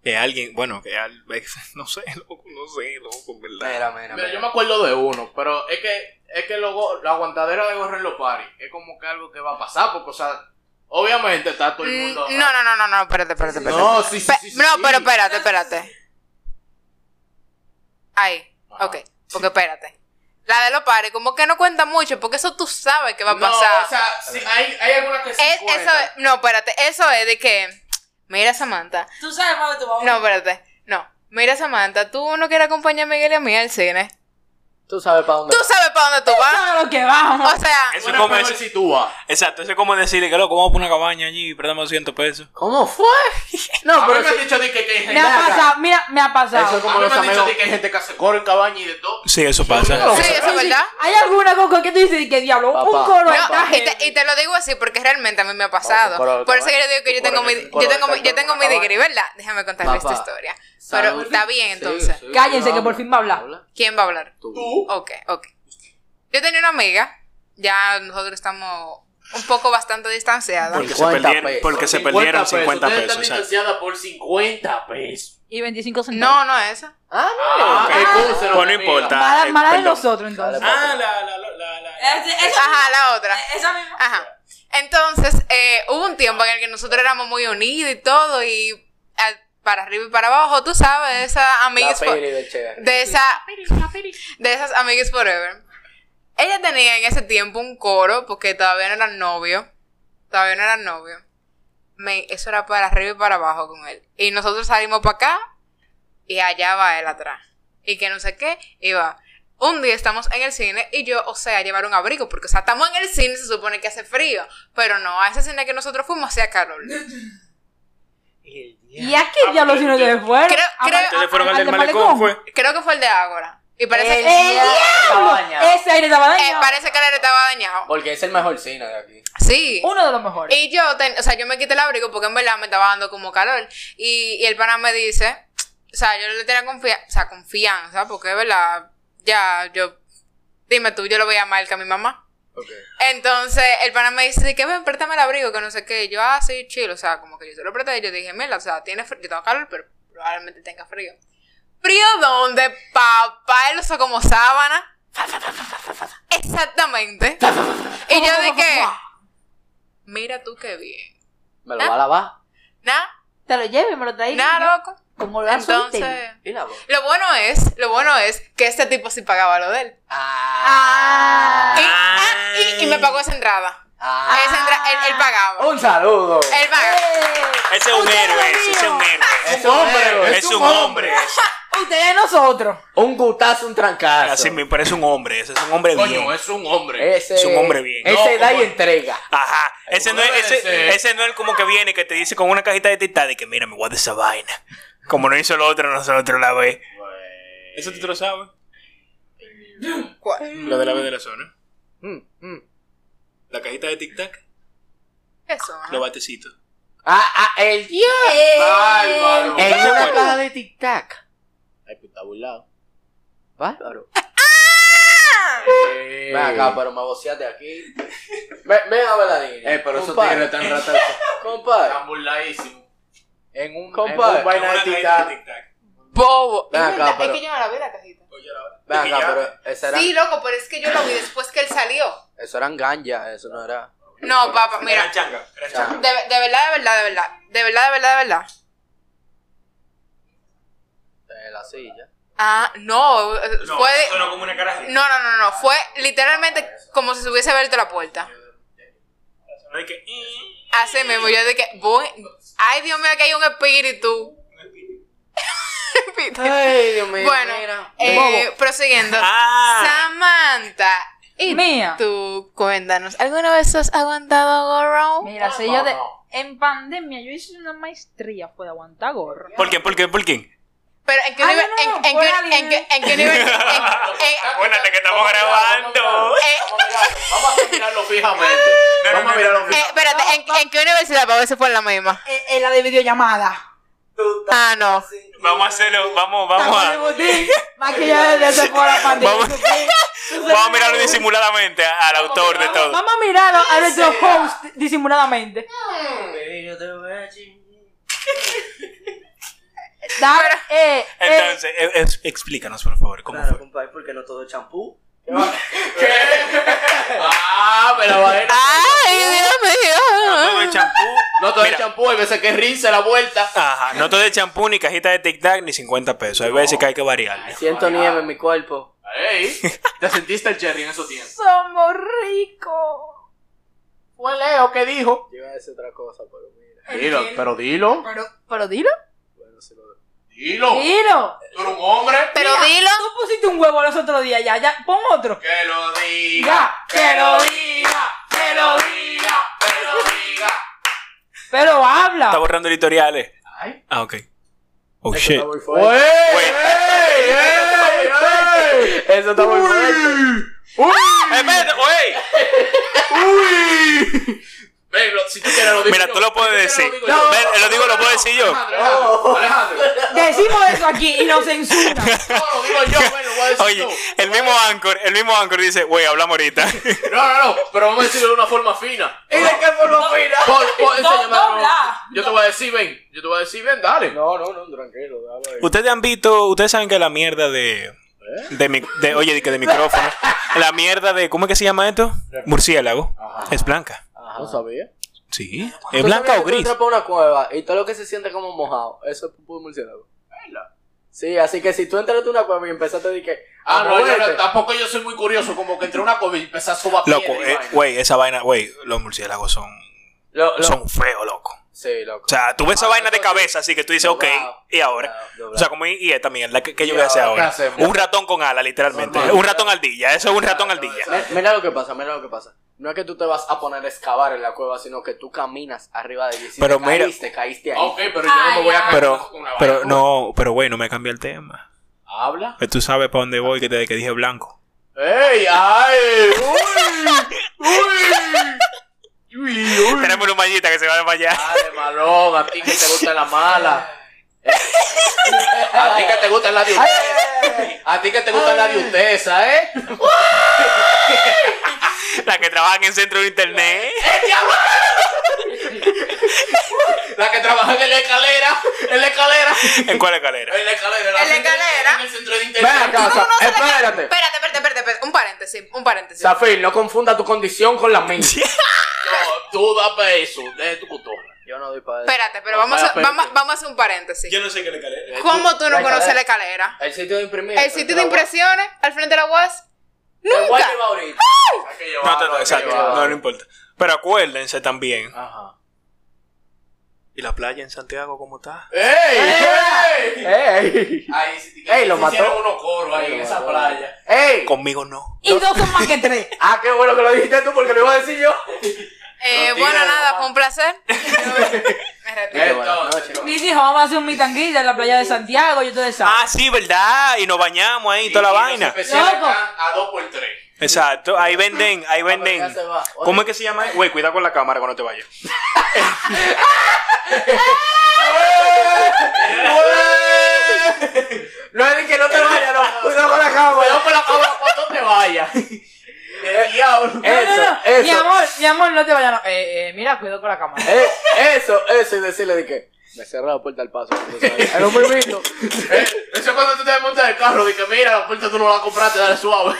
[SPEAKER 4] Que alguien. Bueno, que al- [LAUGHS] No sé, loco. No sé, loco, en verdad.
[SPEAKER 1] Mira, mira,
[SPEAKER 2] Mira, yo
[SPEAKER 1] mira.
[SPEAKER 2] me acuerdo de uno, pero es que es que luego la aguantadera de gorro en los paris es como que algo que va a pasar, porque o sea, obviamente está todo el
[SPEAKER 3] Mm,
[SPEAKER 2] mundo.
[SPEAKER 3] No, no, no, no, no, espérate, espérate, espérate.
[SPEAKER 2] No, sí, sí,
[SPEAKER 3] Pe-
[SPEAKER 2] sí, sí,
[SPEAKER 3] no,
[SPEAKER 2] sí.
[SPEAKER 3] pero espérate, espérate. Ahí,
[SPEAKER 2] Ajá.
[SPEAKER 3] ok. Porque espérate. La de los pares, como que no cuenta mucho, porque eso tú sabes que va a
[SPEAKER 2] No,
[SPEAKER 3] pasar.
[SPEAKER 2] o sea, sí, hay, hay algunas que sí
[SPEAKER 3] Es- eso,
[SPEAKER 2] cuentan.
[SPEAKER 3] es- no, espérate, eso es de que. Mira, Samantha.
[SPEAKER 5] Tú sabes para dónde tú vas.
[SPEAKER 3] No, espérate. No. Mira, Samantha, tú no quieres acompañar a Miguel y a mí al cine.
[SPEAKER 1] Tú sabes para dónde.
[SPEAKER 3] Tú sabes para dónde tú vas.
[SPEAKER 5] Sabes lo que vamos.
[SPEAKER 3] O sea,
[SPEAKER 4] Eso es
[SPEAKER 2] Bueno,
[SPEAKER 4] como.
[SPEAKER 2] pero él
[SPEAKER 4] es-
[SPEAKER 2] sitúa.
[SPEAKER 4] exacto, eso es como decirle que loco, vamos a poner una cabaña allí y perdamos 200 pesos.
[SPEAKER 1] ¿Cómo fue? [LAUGHS] No,
[SPEAKER 2] A mí
[SPEAKER 1] pero.
[SPEAKER 2] me han
[SPEAKER 1] sí-
[SPEAKER 2] dicho de que, que hay gente.
[SPEAKER 5] Me ha
[SPEAKER 1] Venga.
[SPEAKER 5] pasado, mira, me ha
[SPEAKER 1] Eso
[SPEAKER 5] pasado.
[SPEAKER 1] es como
[SPEAKER 2] a mí
[SPEAKER 1] los
[SPEAKER 2] me han dicho
[SPEAKER 1] amigos.
[SPEAKER 2] de que hay gente que hace coro en cabaña y de todo.
[SPEAKER 4] Sí, eso
[SPEAKER 2] no.
[SPEAKER 4] pasa.
[SPEAKER 3] sí, eso es verdad.
[SPEAKER 5] Hay alguna cosa que tú dices que diablo,
[SPEAKER 1] Papá,
[SPEAKER 5] un coro
[SPEAKER 1] papá.
[SPEAKER 5] está
[SPEAKER 3] No, este y
[SPEAKER 5] heavy.
[SPEAKER 3] te, y te lo digo así porque realmente a mí me ha pasado.
[SPEAKER 1] Por favor,
[SPEAKER 3] Por eso
[SPEAKER 1] por
[SPEAKER 3] que yo digo que yo
[SPEAKER 1] por
[SPEAKER 3] tengo mi,
[SPEAKER 1] favor, por
[SPEAKER 3] yo tengo
[SPEAKER 1] favor,
[SPEAKER 3] mi, yo tengo mi
[SPEAKER 1] por favor.
[SPEAKER 3] degree, ¿verdad? Déjame contarles
[SPEAKER 1] Papá.
[SPEAKER 3] esta historia.
[SPEAKER 1] Salud.
[SPEAKER 3] Pero está bien,
[SPEAKER 1] Sí,
[SPEAKER 3] entonces.
[SPEAKER 1] sí,
[SPEAKER 5] Cállense,
[SPEAKER 1] no,
[SPEAKER 5] que por
[SPEAKER 1] no.
[SPEAKER 5] fin va a hablar.
[SPEAKER 1] Habla.
[SPEAKER 3] ¿Quién va a hablar?
[SPEAKER 2] Tú.
[SPEAKER 3] Ok, ok. Yo tenía una amiga, ya nosotros estamos un poco bastante distanciadas.
[SPEAKER 4] Porque se
[SPEAKER 1] 50
[SPEAKER 4] perdieron,
[SPEAKER 1] pesos.
[SPEAKER 4] porque se perdieron 50 pesos.
[SPEAKER 2] Ustedes están
[SPEAKER 4] exacto.
[SPEAKER 2] distanciadas por 50 pesos.
[SPEAKER 5] Y 25 centavos.
[SPEAKER 3] No, no es esa.
[SPEAKER 1] Ah,
[SPEAKER 2] Ah,
[SPEAKER 1] no.
[SPEAKER 4] ok.
[SPEAKER 2] excúsenos,
[SPEAKER 4] Pues no
[SPEAKER 2] amiga.
[SPEAKER 4] importa.
[SPEAKER 5] Mala,
[SPEAKER 4] eh,
[SPEAKER 5] mala de
[SPEAKER 4] perdón.
[SPEAKER 5] nosotros entonces.
[SPEAKER 1] Dale,
[SPEAKER 4] Ah, la, la, la, la, la,
[SPEAKER 5] Este, esa
[SPEAKER 3] Ajá, Ah, la otra.
[SPEAKER 5] misma, esa misma.
[SPEAKER 3] Ajá. Entonces, eh, hubo un tiempo en el que nosotros éramos muy unidos y todo, y al- para arriba y para abajo, tú sabes, esa
[SPEAKER 1] La
[SPEAKER 3] amigas
[SPEAKER 1] peli del Chegar.
[SPEAKER 3] de esa de esas amigas forever ella tenía en ese tiempo un coro porque todavía no eran novio todavía no eran novio Me- eso era para arriba y para abajo con él y nosotros salimos para acá y allá va él atrás y que no sé qué y va un día estamos en el cine y yo, o sea, llevar un abrigo, porque, o sea, estamos en el cine, se supone que hace frío, pero no, a ese cine que nosotros fuimos hacía calor.
[SPEAKER 6] ¿Y a qué diablos si no te fueron?
[SPEAKER 3] ah, Creo-
[SPEAKER 6] ¿A-
[SPEAKER 3] creo-
[SPEAKER 6] a-
[SPEAKER 4] Ustedes fueron
[SPEAKER 6] a-
[SPEAKER 4] al del malecón, fue.
[SPEAKER 3] Creo que fue el de Ágora. Y parece,
[SPEAKER 6] ¡El
[SPEAKER 3] eh,
[SPEAKER 6] diablo! Ese aire estaba dañado.
[SPEAKER 3] parece que el aire estaba dañado.
[SPEAKER 1] Porque es el mejor cine de aquí.
[SPEAKER 3] Sí.
[SPEAKER 6] Uno de los mejores.
[SPEAKER 3] Y yo, ten- o sea, yo me quité el abrigo porque en verdad me estaba dando como calor. Y, y el pana me dice, o sea, yo le tenía confia- o sea, confianza porque, ¿verdad? Ya, yo, dime tú, yo lo veía mal que a mi mamá.
[SPEAKER 1] Ok.
[SPEAKER 3] Entonces, el pana me dice, que ven, préstame el abrigo, que no sé qué. Y yo, ah, sí, chill, o sea, como que yo se lo presté y yo dije, mira, o sea, tiene frío, yo tengo calor, pero probablemente tenga frío. ¿Frío donde papá él usó como sábana? Exactamente. y yo dije, mira tú qué bien.
[SPEAKER 1] Me lo va a lavar.
[SPEAKER 3] Nada,
[SPEAKER 6] Te lo lleve, me lo traí.
[SPEAKER 3] nada, loco.
[SPEAKER 6] Como lo Entonces...
[SPEAKER 3] Entonces, eh,
[SPEAKER 1] Y la voz.
[SPEAKER 3] lo bueno es, lo bueno es que este tipo sí pagaba lo de él.
[SPEAKER 1] Ah.
[SPEAKER 3] Y, ah, y- y me pagó esa entrada.
[SPEAKER 1] Ah. Oh.
[SPEAKER 3] Esa entrada, él, él pagaba.
[SPEAKER 1] Un saludo.
[SPEAKER 3] Él pagaba.
[SPEAKER 5] Eh.
[SPEAKER 4] Ese es un héroe, ese es un héroe.
[SPEAKER 1] Es un hombre.
[SPEAKER 4] Es un hombre.
[SPEAKER 6] Ustedes nosotros.
[SPEAKER 1] Un gutazo, un trancazo.
[SPEAKER 4] Así me parece un hombre, ese es un hombre bien.
[SPEAKER 2] Coño, es un hombre.
[SPEAKER 1] Ese,
[SPEAKER 4] Es un hombre bien.
[SPEAKER 1] Ese
[SPEAKER 2] No,
[SPEAKER 1] da y
[SPEAKER 2] como-
[SPEAKER 1] entrega.
[SPEAKER 4] Ajá, ese no, es,
[SPEAKER 2] debe de
[SPEAKER 4] ese,
[SPEAKER 2] ser.
[SPEAKER 4] ese no es el como que viene que te dice con una cajita de tita de que mira, me guarda esa vaina. Como no hizo el otro, nosotros la ve. Eso tú te lo sabes. La de la B de la zona.
[SPEAKER 1] Mm, mm.
[SPEAKER 4] La cajita de tic tac,
[SPEAKER 3] Eso. ¿no?
[SPEAKER 4] los batecitos.
[SPEAKER 1] Ah, ah, el
[SPEAKER 2] Bárbaro.
[SPEAKER 1] En
[SPEAKER 4] Eso
[SPEAKER 1] una
[SPEAKER 4] fue.
[SPEAKER 1] caja de tic tac.
[SPEAKER 2] Ay, pues, está burlado.
[SPEAKER 1] Bárbaro.
[SPEAKER 2] Eh.
[SPEAKER 1] Ven acá, pero me voceaste aquí. Ven, ven a ver la niña.
[SPEAKER 2] pues. Eh, pero esos
[SPEAKER 1] Compadre. [LAUGHS]
[SPEAKER 2] tigres están ratas.
[SPEAKER 1] Compadre.
[SPEAKER 2] Están burladísimos. En un,
[SPEAKER 1] Compadre.
[SPEAKER 2] en un vaina de tic-tac.
[SPEAKER 4] tac.
[SPEAKER 3] Bobo.
[SPEAKER 1] Ven
[SPEAKER 3] Es
[SPEAKER 1] acá,
[SPEAKER 3] verdad,
[SPEAKER 1] pero-
[SPEAKER 3] Es que yo no la vi la cajita.
[SPEAKER 1] Ven acá, pero eso era,
[SPEAKER 3] Sí, loco, pero es que yo la vi después que él salió.
[SPEAKER 1] eso eran ganja, eso no era.
[SPEAKER 3] No, papá, mira.
[SPEAKER 4] changa, era
[SPEAKER 1] changa.
[SPEAKER 3] De, de verdad, de verdad, de verdad. De verdad, de verdad, de verdad.
[SPEAKER 1] De eh, la silla.
[SPEAKER 3] Ah, no. eh, fue.
[SPEAKER 4] como una caraja.
[SPEAKER 3] No, no, no, no. Fue literalmente como si se hubiese abierto la puerta.
[SPEAKER 4] "Mm".
[SPEAKER 3] Así mismo, yo de que. voy- Ay, Dios mío, que hay un espíritu. Espíritu.
[SPEAKER 1] Ay, Dios mío.
[SPEAKER 3] [LAUGHS] bueno, eh, prosiguiendo.
[SPEAKER 4] Ah,
[SPEAKER 3] Samantha. Y
[SPEAKER 6] Mía.
[SPEAKER 3] tú, cuéntanos. ¿Alguna vez has aguantado gorro?
[SPEAKER 6] Mira, si yo de... En pandemia yo hice una maestría fue de aguantar gorro.
[SPEAKER 4] ¿por qué, por qué, por qué?
[SPEAKER 3] Pero en qué
[SPEAKER 6] Ay,
[SPEAKER 3] nivel,
[SPEAKER 6] no, no,
[SPEAKER 3] en, en,
[SPEAKER 6] fuera
[SPEAKER 3] qué- en
[SPEAKER 6] libre.
[SPEAKER 3] qué- en qué nivel, en- en-
[SPEAKER 4] Acuérdate que estamos grabando. Eh.
[SPEAKER 2] Vamos a mirarlo, vamos a mirarlo fijamente.
[SPEAKER 4] No, no,
[SPEAKER 2] Vamos a
[SPEAKER 4] no,
[SPEAKER 2] mirarlo
[SPEAKER 4] no,
[SPEAKER 3] eh,
[SPEAKER 2] fijamente.
[SPEAKER 3] espérate, ¿en, en qué universidad? Para ver si fue en la misma.
[SPEAKER 6] Eh, eh, la de videollamada.
[SPEAKER 3] Ah, no.
[SPEAKER 4] Vamos a hacerlo, vamos, vamos
[SPEAKER 6] Taco de
[SPEAKER 4] a.
[SPEAKER 6] botín. Maquillaje de ese por la pandemia.
[SPEAKER 4] Vamos- Vamos a mirarlo disimuladamente a- al autor de todo.
[SPEAKER 6] Vamos a mirar a- a nuestro host disimuladamente. Dar, eh, eh,
[SPEAKER 4] Entonces, eh, eh, explícanos por favor cómo fue.
[SPEAKER 1] compadre, porque no todo es champú.
[SPEAKER 2] Ah, pero vaina.
[SPEAKER 3] Ay, Dios
[SPEAKER 4] Todo
[SPEAKER 3] mío.
[SPEAKER 4] el champú.
[SPEAKER 2] No todo el
[SPEAKER 4] Mira.
[SPEAKER 2] champú, hay veces que rinse la vuelta.
[SPEAKER 4] Ajá, no todo de champú, ni cajita de tic tac, ni 50 pesos. Hay veces que hay que variarle.
[SPEAKER 1] Siento nieve en mi cuerpo.
[SPEAKER 4] [LAUGHS]
[SPEAKER 2] Ey, te sentiste el cherry en esos tiempos.
[SPEAKER 6] somos ricos.
[SPEAKER 2] Fue Leo que dijo.
[SPEAKER 1] Yo iba a decir otra cosa, pero mira.
[SPEAKER 2] Dilo, pero dilo.
[SPEAKER 6] Pero, pero dilo.
[SPEAKER 1] Bueno, se lo
[SPEAKER 2] Dilo.
[SPEAKER 6] Dilo.
[SPEAKER 2] Tú eres un hombre.
[SPEAKER 3] Pero
[SPEAKER 6] Mira,
[SPEAKER 3] dilo.
[SPEAKER 6] Tú pusiste un huevo los otros días ya, ya. Pon otro.
[SPEAKER 2] Que lo diga.
[SPEAKER 6] Ya,
[SPEAKER 2] Que lo diga. Que lo diga. Que lo diga.
[SPEAKER 6] Pero
[SPEAKER 4] Está
[SPEAKER 6] habla.
[SPEAKER 4] borrando editoriales.
[SPEAKER 2] Ay.
[SPEAKER 4] Ah, ok. Oh
[SPEAKER 1] Eso
[SPEAKER 4] shit.
[SPEAKER 1] está muy fuerte.
[SPEAKER 2] Wey,
[SPEAKER 1] pues, Eso pues, está muy fuerte.
[SPEAKER 4] Eh, Espérate, güey.
[SPEAKER 2] Ven, lo- si tú quieres lo digo
[SPEAKER 4] Mira,
[SPEAKER 2] yo.
[SPEAKER 4] tú lo
[SPEAKER 2] Si
[SPEAKER 4] puedes
[SPEAKER 2] quieres,
[SPEAKER 4] decir.
[SPEAKER 2] digo
[SPEAKER 4] No,
[SPEAKER 2] yo.
[SPEAKER 4] ven, lo digo, lo puedo decir yo.
[SPEAKER 2] Alejandro, Alejandro, Alejandro.
[SPEAKER 6] Decimos eso aquí y nos censura.
[SPEAKER 2] No, lo digo yo, ven, lo voy a decir
[SPEAKER 4] Oye,
[SPEAKER 2] yo.
[SPEAKER 4] el mismo Anchor, el mismo Anchor dice, güey, hablamos ahorita.
[SPEAKER 2] No, no, no, pero vamos a decirlo de una forma fina.
[SPEAKER 1] ¿Y de qué forma fina?
[SPEAKER 2] Paul, Paul, enséñame
[SPEAKER 6] No,
[SPEAKER 2] algo.
[SPEAKER 6] dobla.
[SPEAKER 2] Yo te voy a decir, ven. Yo te voy a decir, ven, dale.
[SPEAKER 1] No, no, no, tranquilo. dale.
[SPEAKER 4] Ustedes han visto, ustedes saben que la mierda de De mi- de- oye, de, que de micrófono. La mierda de, ¿cómo es que se llama esto? Murciélago.
[SPEAKER 2] Ajá.
[SPEAKER 4] Es blanca.
[SPEAKER 1] Ajá.
[SPEAKER 2] No sabía.
[SPEAKER 4] Sí. ¿Es blanca o gris?
[SPEAKER 1] Entra para una cueva y todo lo que se siente como mojado, eso es pulpo de murciélago. Sí, así que si tú entraste a una cueva y empezaste a decir que.
[SPEAKER 2] Ah,
[SPEAKER 1] a
[SPEAKER 2] no, yo
[SPEAKER 1] moverte,
[SPEAKER 2] no, tampoco yo soy muy curioso, como que entré a una COVID y empecé a sobar
[SPEAKER 4] Loco,
[SPEAKER 2] piedra y
[SPEAKER 4] eh,
[SPEAKER 2] vaina.
[SPEAKER 4] güey, esa vaina, güey, los murciélagos son,
[SPEAKER 1] lo- lo-
[SPEAKER 4] son feos, loco.
[SPEAKER 1] Sí, loco.
[SPEAKER 4] O sea, tú ves esa
[SPEAKER 1] Ah,
[SPEAKER 4] vaina de
[SPEAKER 1] eso sí.
[SPEAKER 4] cabeza, así que tú dices, ok,
[SPEAKER 1] Doblado,
[SPEAKER 4] ¿y ahora?
[SPEAKER 1] doblado,
[SPEAKER 4] O sea, como y, y esta mierda, ¿qué, qué yo
[SPEAKER 1] ¿Y
[SPEAKER 4] voy a hacer
[SPEAKER 1] ahora
[SPEAKER 2] qué
[SPEAKER 4] ahora?
[SPEAKER 2] hacemos?
[SPEAKER 4] Un ratón con ala, literalmente.
[SPEAKER 2] Normal.
[SPEAKER 4] Un ratón ardilla, eso es un ratón
[SPEAKER 2] Claro,
[SPEAKER 4] ardilla.
[SPEAKER 1] Mi- Mira lo que pasa, mira lo que pasa. No es que tú te vas a poner a excavar en la cueva, sino que tú caminas arriba de ella. y Si
[SPEAKER 4] Pero
[SPEAKER 1] te
[SPEAKER 4] mira-
[SPEAKER 1] caíste, caíste ahí.
[SPEAKER 2] Ok, pero yo no me voy a caer
[SPEAKER 4] Pero,
[SPEAKER 2] con una vaina.
[SPEAKER 4] pero no, pero güey, no me cambia el tema.
[SPEAKER 2] Habla.
[SPEAKER 4] Que Tú sabes para dónde voy que desde que dije blanco.
[SPEAKER 2] ¡Ey! ¡Ay! ¡Uy! ¡Uy! ¡Uy! ¡Uy!
[SPEAKER 4] Tenemos una mallita que se va a desmayar.
[SPEAKER 2] Dale, Ah, malón, a ti que te gusta la mala. A ti que te gusta la diutesa. A ti que te gusta la diutesa, ¿eh?
[SPEAKER 4] [LAUGHS] La que trabajan en centro de internet.
[SPEAKER 2] La que trabaja en la escalera. En la escalera.
[SPEAKER 4] ¿En cuál escalera?
[SPEAKER 2] En la escalera.
[SPEAKER 3] En la
[SPEAKER 2] gente
[SPEAKER 3] escalera.
[SPEAKER 2] En el centro de
[SPEAKER 1] Ven
[SPEAKER 2] internet.
[SPEAKER 1] acá, Sa- espérate.
[SPEAKER 3] Espérate, espérate, espérate, espérate. Un paréntesis, un paréntesis.
[SPEAKER 1] Zafir, no confunda tu condición con la mía.
[SPEAKER 2] No, tú da pa' eso. De tu cotorra.
[SPEAKER 1] Yo no doy para eso.
[SPEAKER 3] Espérate, pero
[SPEAKER 2] No,
[SPEAKER 6] Ah,
[SPEAKER 3] vamos, a,
[SPEAKER 2] espérate.
[SPEAKER 3] vamos, a- vamos a hacer un paréntesis.
[SPEAKER 4] no sé qué escalera.
[SPEAKER 3] ¿Cómo tú no
[SPEAKER 1] La
[SPEAKER 3] conoces
[SPEAKER 1] escalera.
[SPEAKER 3] la escalera?
[SPEAKER 1] El sitio de imprimir.
[SPEAKER 3] El sitio de impresiones al frente de la UAS.
[SPEAKER 1] Te voy a
[SPEAKER 3] Nunca.
[SPEAKER 1] llevar ahorita.
[SPEAKER 2] Hay que llevarlo,
[SPEAKER 4] No, no, no,
[SPEAKER 2] hay que
[SPEAKER 4] exacto.
[SPEAKER 2] llevarlo.
[SPEAKER 4] No, no importa. Pero acuérdense también.
[SPEAKER 2] Ajá.
[SPEAKER 4] ¿Y la playa en Santiago cómo está?
[SPEAKER 2] Eh. ¡Ey! ¡Ey!
[SPEAKER 1] ¡Ey!
[SPEAKER 2] Ahí sí,
[SPEAKER 1] Ey, lo mató.
[SPEAKER 2] Hicieron unos coros ahí en esa playa.
[SPEAKER 1] ¡Ey!
[SPEAKER 4] Conmigo no.
[SPEAKER 5] Y dos son más que tres.
[SPEAKER 1] Ah, qué bueno que lo dijiste tú porque lo iba a decir yo.
[SPEAKER 3] Eh,
[SPEAKER 2] No,
[SPEAKER 3] bueno,
[SPEAKER 2] tira,
[SPEAKER 3] nada,
[SPEAKER 2] no.
[SPEAKER 3] fue un placer.
[SPEAKER 6] [LAUGHS]
[SPEAKER 3] [LAUGHS] Me retiro.
[SPEAKER 1] Eh, buenas
[SPEAKER 2] Entonces,
[SPEAKER 1] noches.
[SPEAKER 5] Dice, vamos a hacer un mitanguilla en la playa de Santiago, yo te
[SPEAKER 4] Ah,
[SPEAKER 5] saben.
[SPEAKER 4] sí, ¿verdad? Y nos bañamos ahí, toda la
[SPEAKER 2] y los
[SPEAKER 4] vaina.
[SPEAKER 2] especiales
[SPEAKER 5] Loco.
[SPEAKER 2] están a 2 por 3
[SPEAKER 4] Exacto, ahí venden, ahí venden.
[SPEAKER 1] ya se va. Oye.
[SPEAKER 4] ¿Cómo es que se llama? Güey, cuidado con la cámara cuando te vayas.
[SPEAKER 1] No es de que no te vayas, [LAUGHS] no. Cuidado con la cámara.
[SPEAKER 2] Cuidado con Pues, la cámara cuando te vayas. [LAUGHS] El diablo.
[SPEAKER 5] No, no, no,
[SPEAKER 1] Eso,
[SPEAKER 5] Mi
[SPEAKER 1] eso.
[SPEAKER 5] amor, mi amor, no te vayas. no. Eh, eh, mira, cuidado con la cámara.
[SPEAKER 1] Eh, eso, eso. Y decirle de que me cierra la puerta al [LAUGHS] paso. tú sabes. Era un mimito.
[SPEAKER 2] Eh, Eso es cuando tú te desmontas del carro. Dije, mira, la puerta tú no la compraste, dale suave.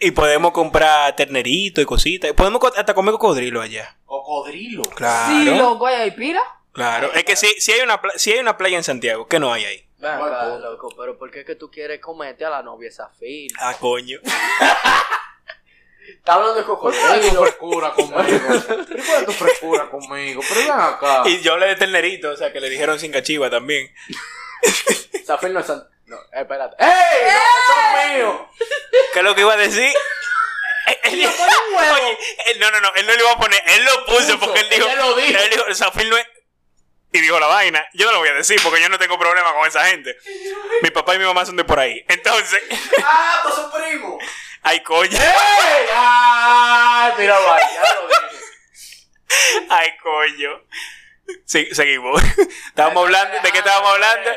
[SPEAKER 4] Y podemos comprar ternerito y cositas. Podemos co- hasta comer cocodrilo allá.
[SPEAKER 2] Cocodrilo.
[SPEAKER 4] Claro.
[SPEAKER 5] Sí, loco, ahí hay pila.
[SPEAKER 4] Claro. Es que si, si, hay una pla- si hay una playa en Santiago, ¿qué no hay ahí?
[SPEAKER 1] Ven acá,
[SPEAKER 2] Bueno.
[SPEAKER 1] loco, pero ¿por qué es que tú quieres comerte a la novia esa fila?
[SPEAKER 4] Ah, coño.
[SPEAKER 1] Está hablando de
[SPEAKER 2] Ay, tu
[SPEAKER 1] cocodrilo.
[SPEAKER 2] frescura conmigo. ¿Cuál es tu frescura conmigo? Pero ven acá.
[SPEAKER 4] [LAUGHS] Y yo hablé de ternerito, o sea, que le dijeron sin cachiva también.
[SPEAKER 1] Zafir no es san- No, eh, espérate. ¡Ey! ¡No, son míos!
[SPEAKER 4] ¿Qué es lo que iba a decir? Eh, él- Oye, él- no, no, no, él no le iba a poner, él lo puso,
[SPEAKER 2] Puso,
[SPEAKER 4] porque él dijo,
[SPEAKER 2] ella lo dijo.
[SPEAKER 4] él dijo, Zafir no es, y dijo la vaina, yo no lo voy a decir porque yo no tengo problema con esa gente. Mi papá y mi mamá son de por ahí. Entonces, [LAUGHS]
[SPEAKER 2] ¡Ah, pues un primo!
[SPEAKER 4] ay coño,
[SPEAKER 2] ¿Eh? ¡Ey! ¡Ay, míralo ahí! Ya lo dije.
[SPEAKER 4] ay coño. Sí, seguimos. [LAUGHS] Estábamos hablando, ¿de qué estábamos hablando?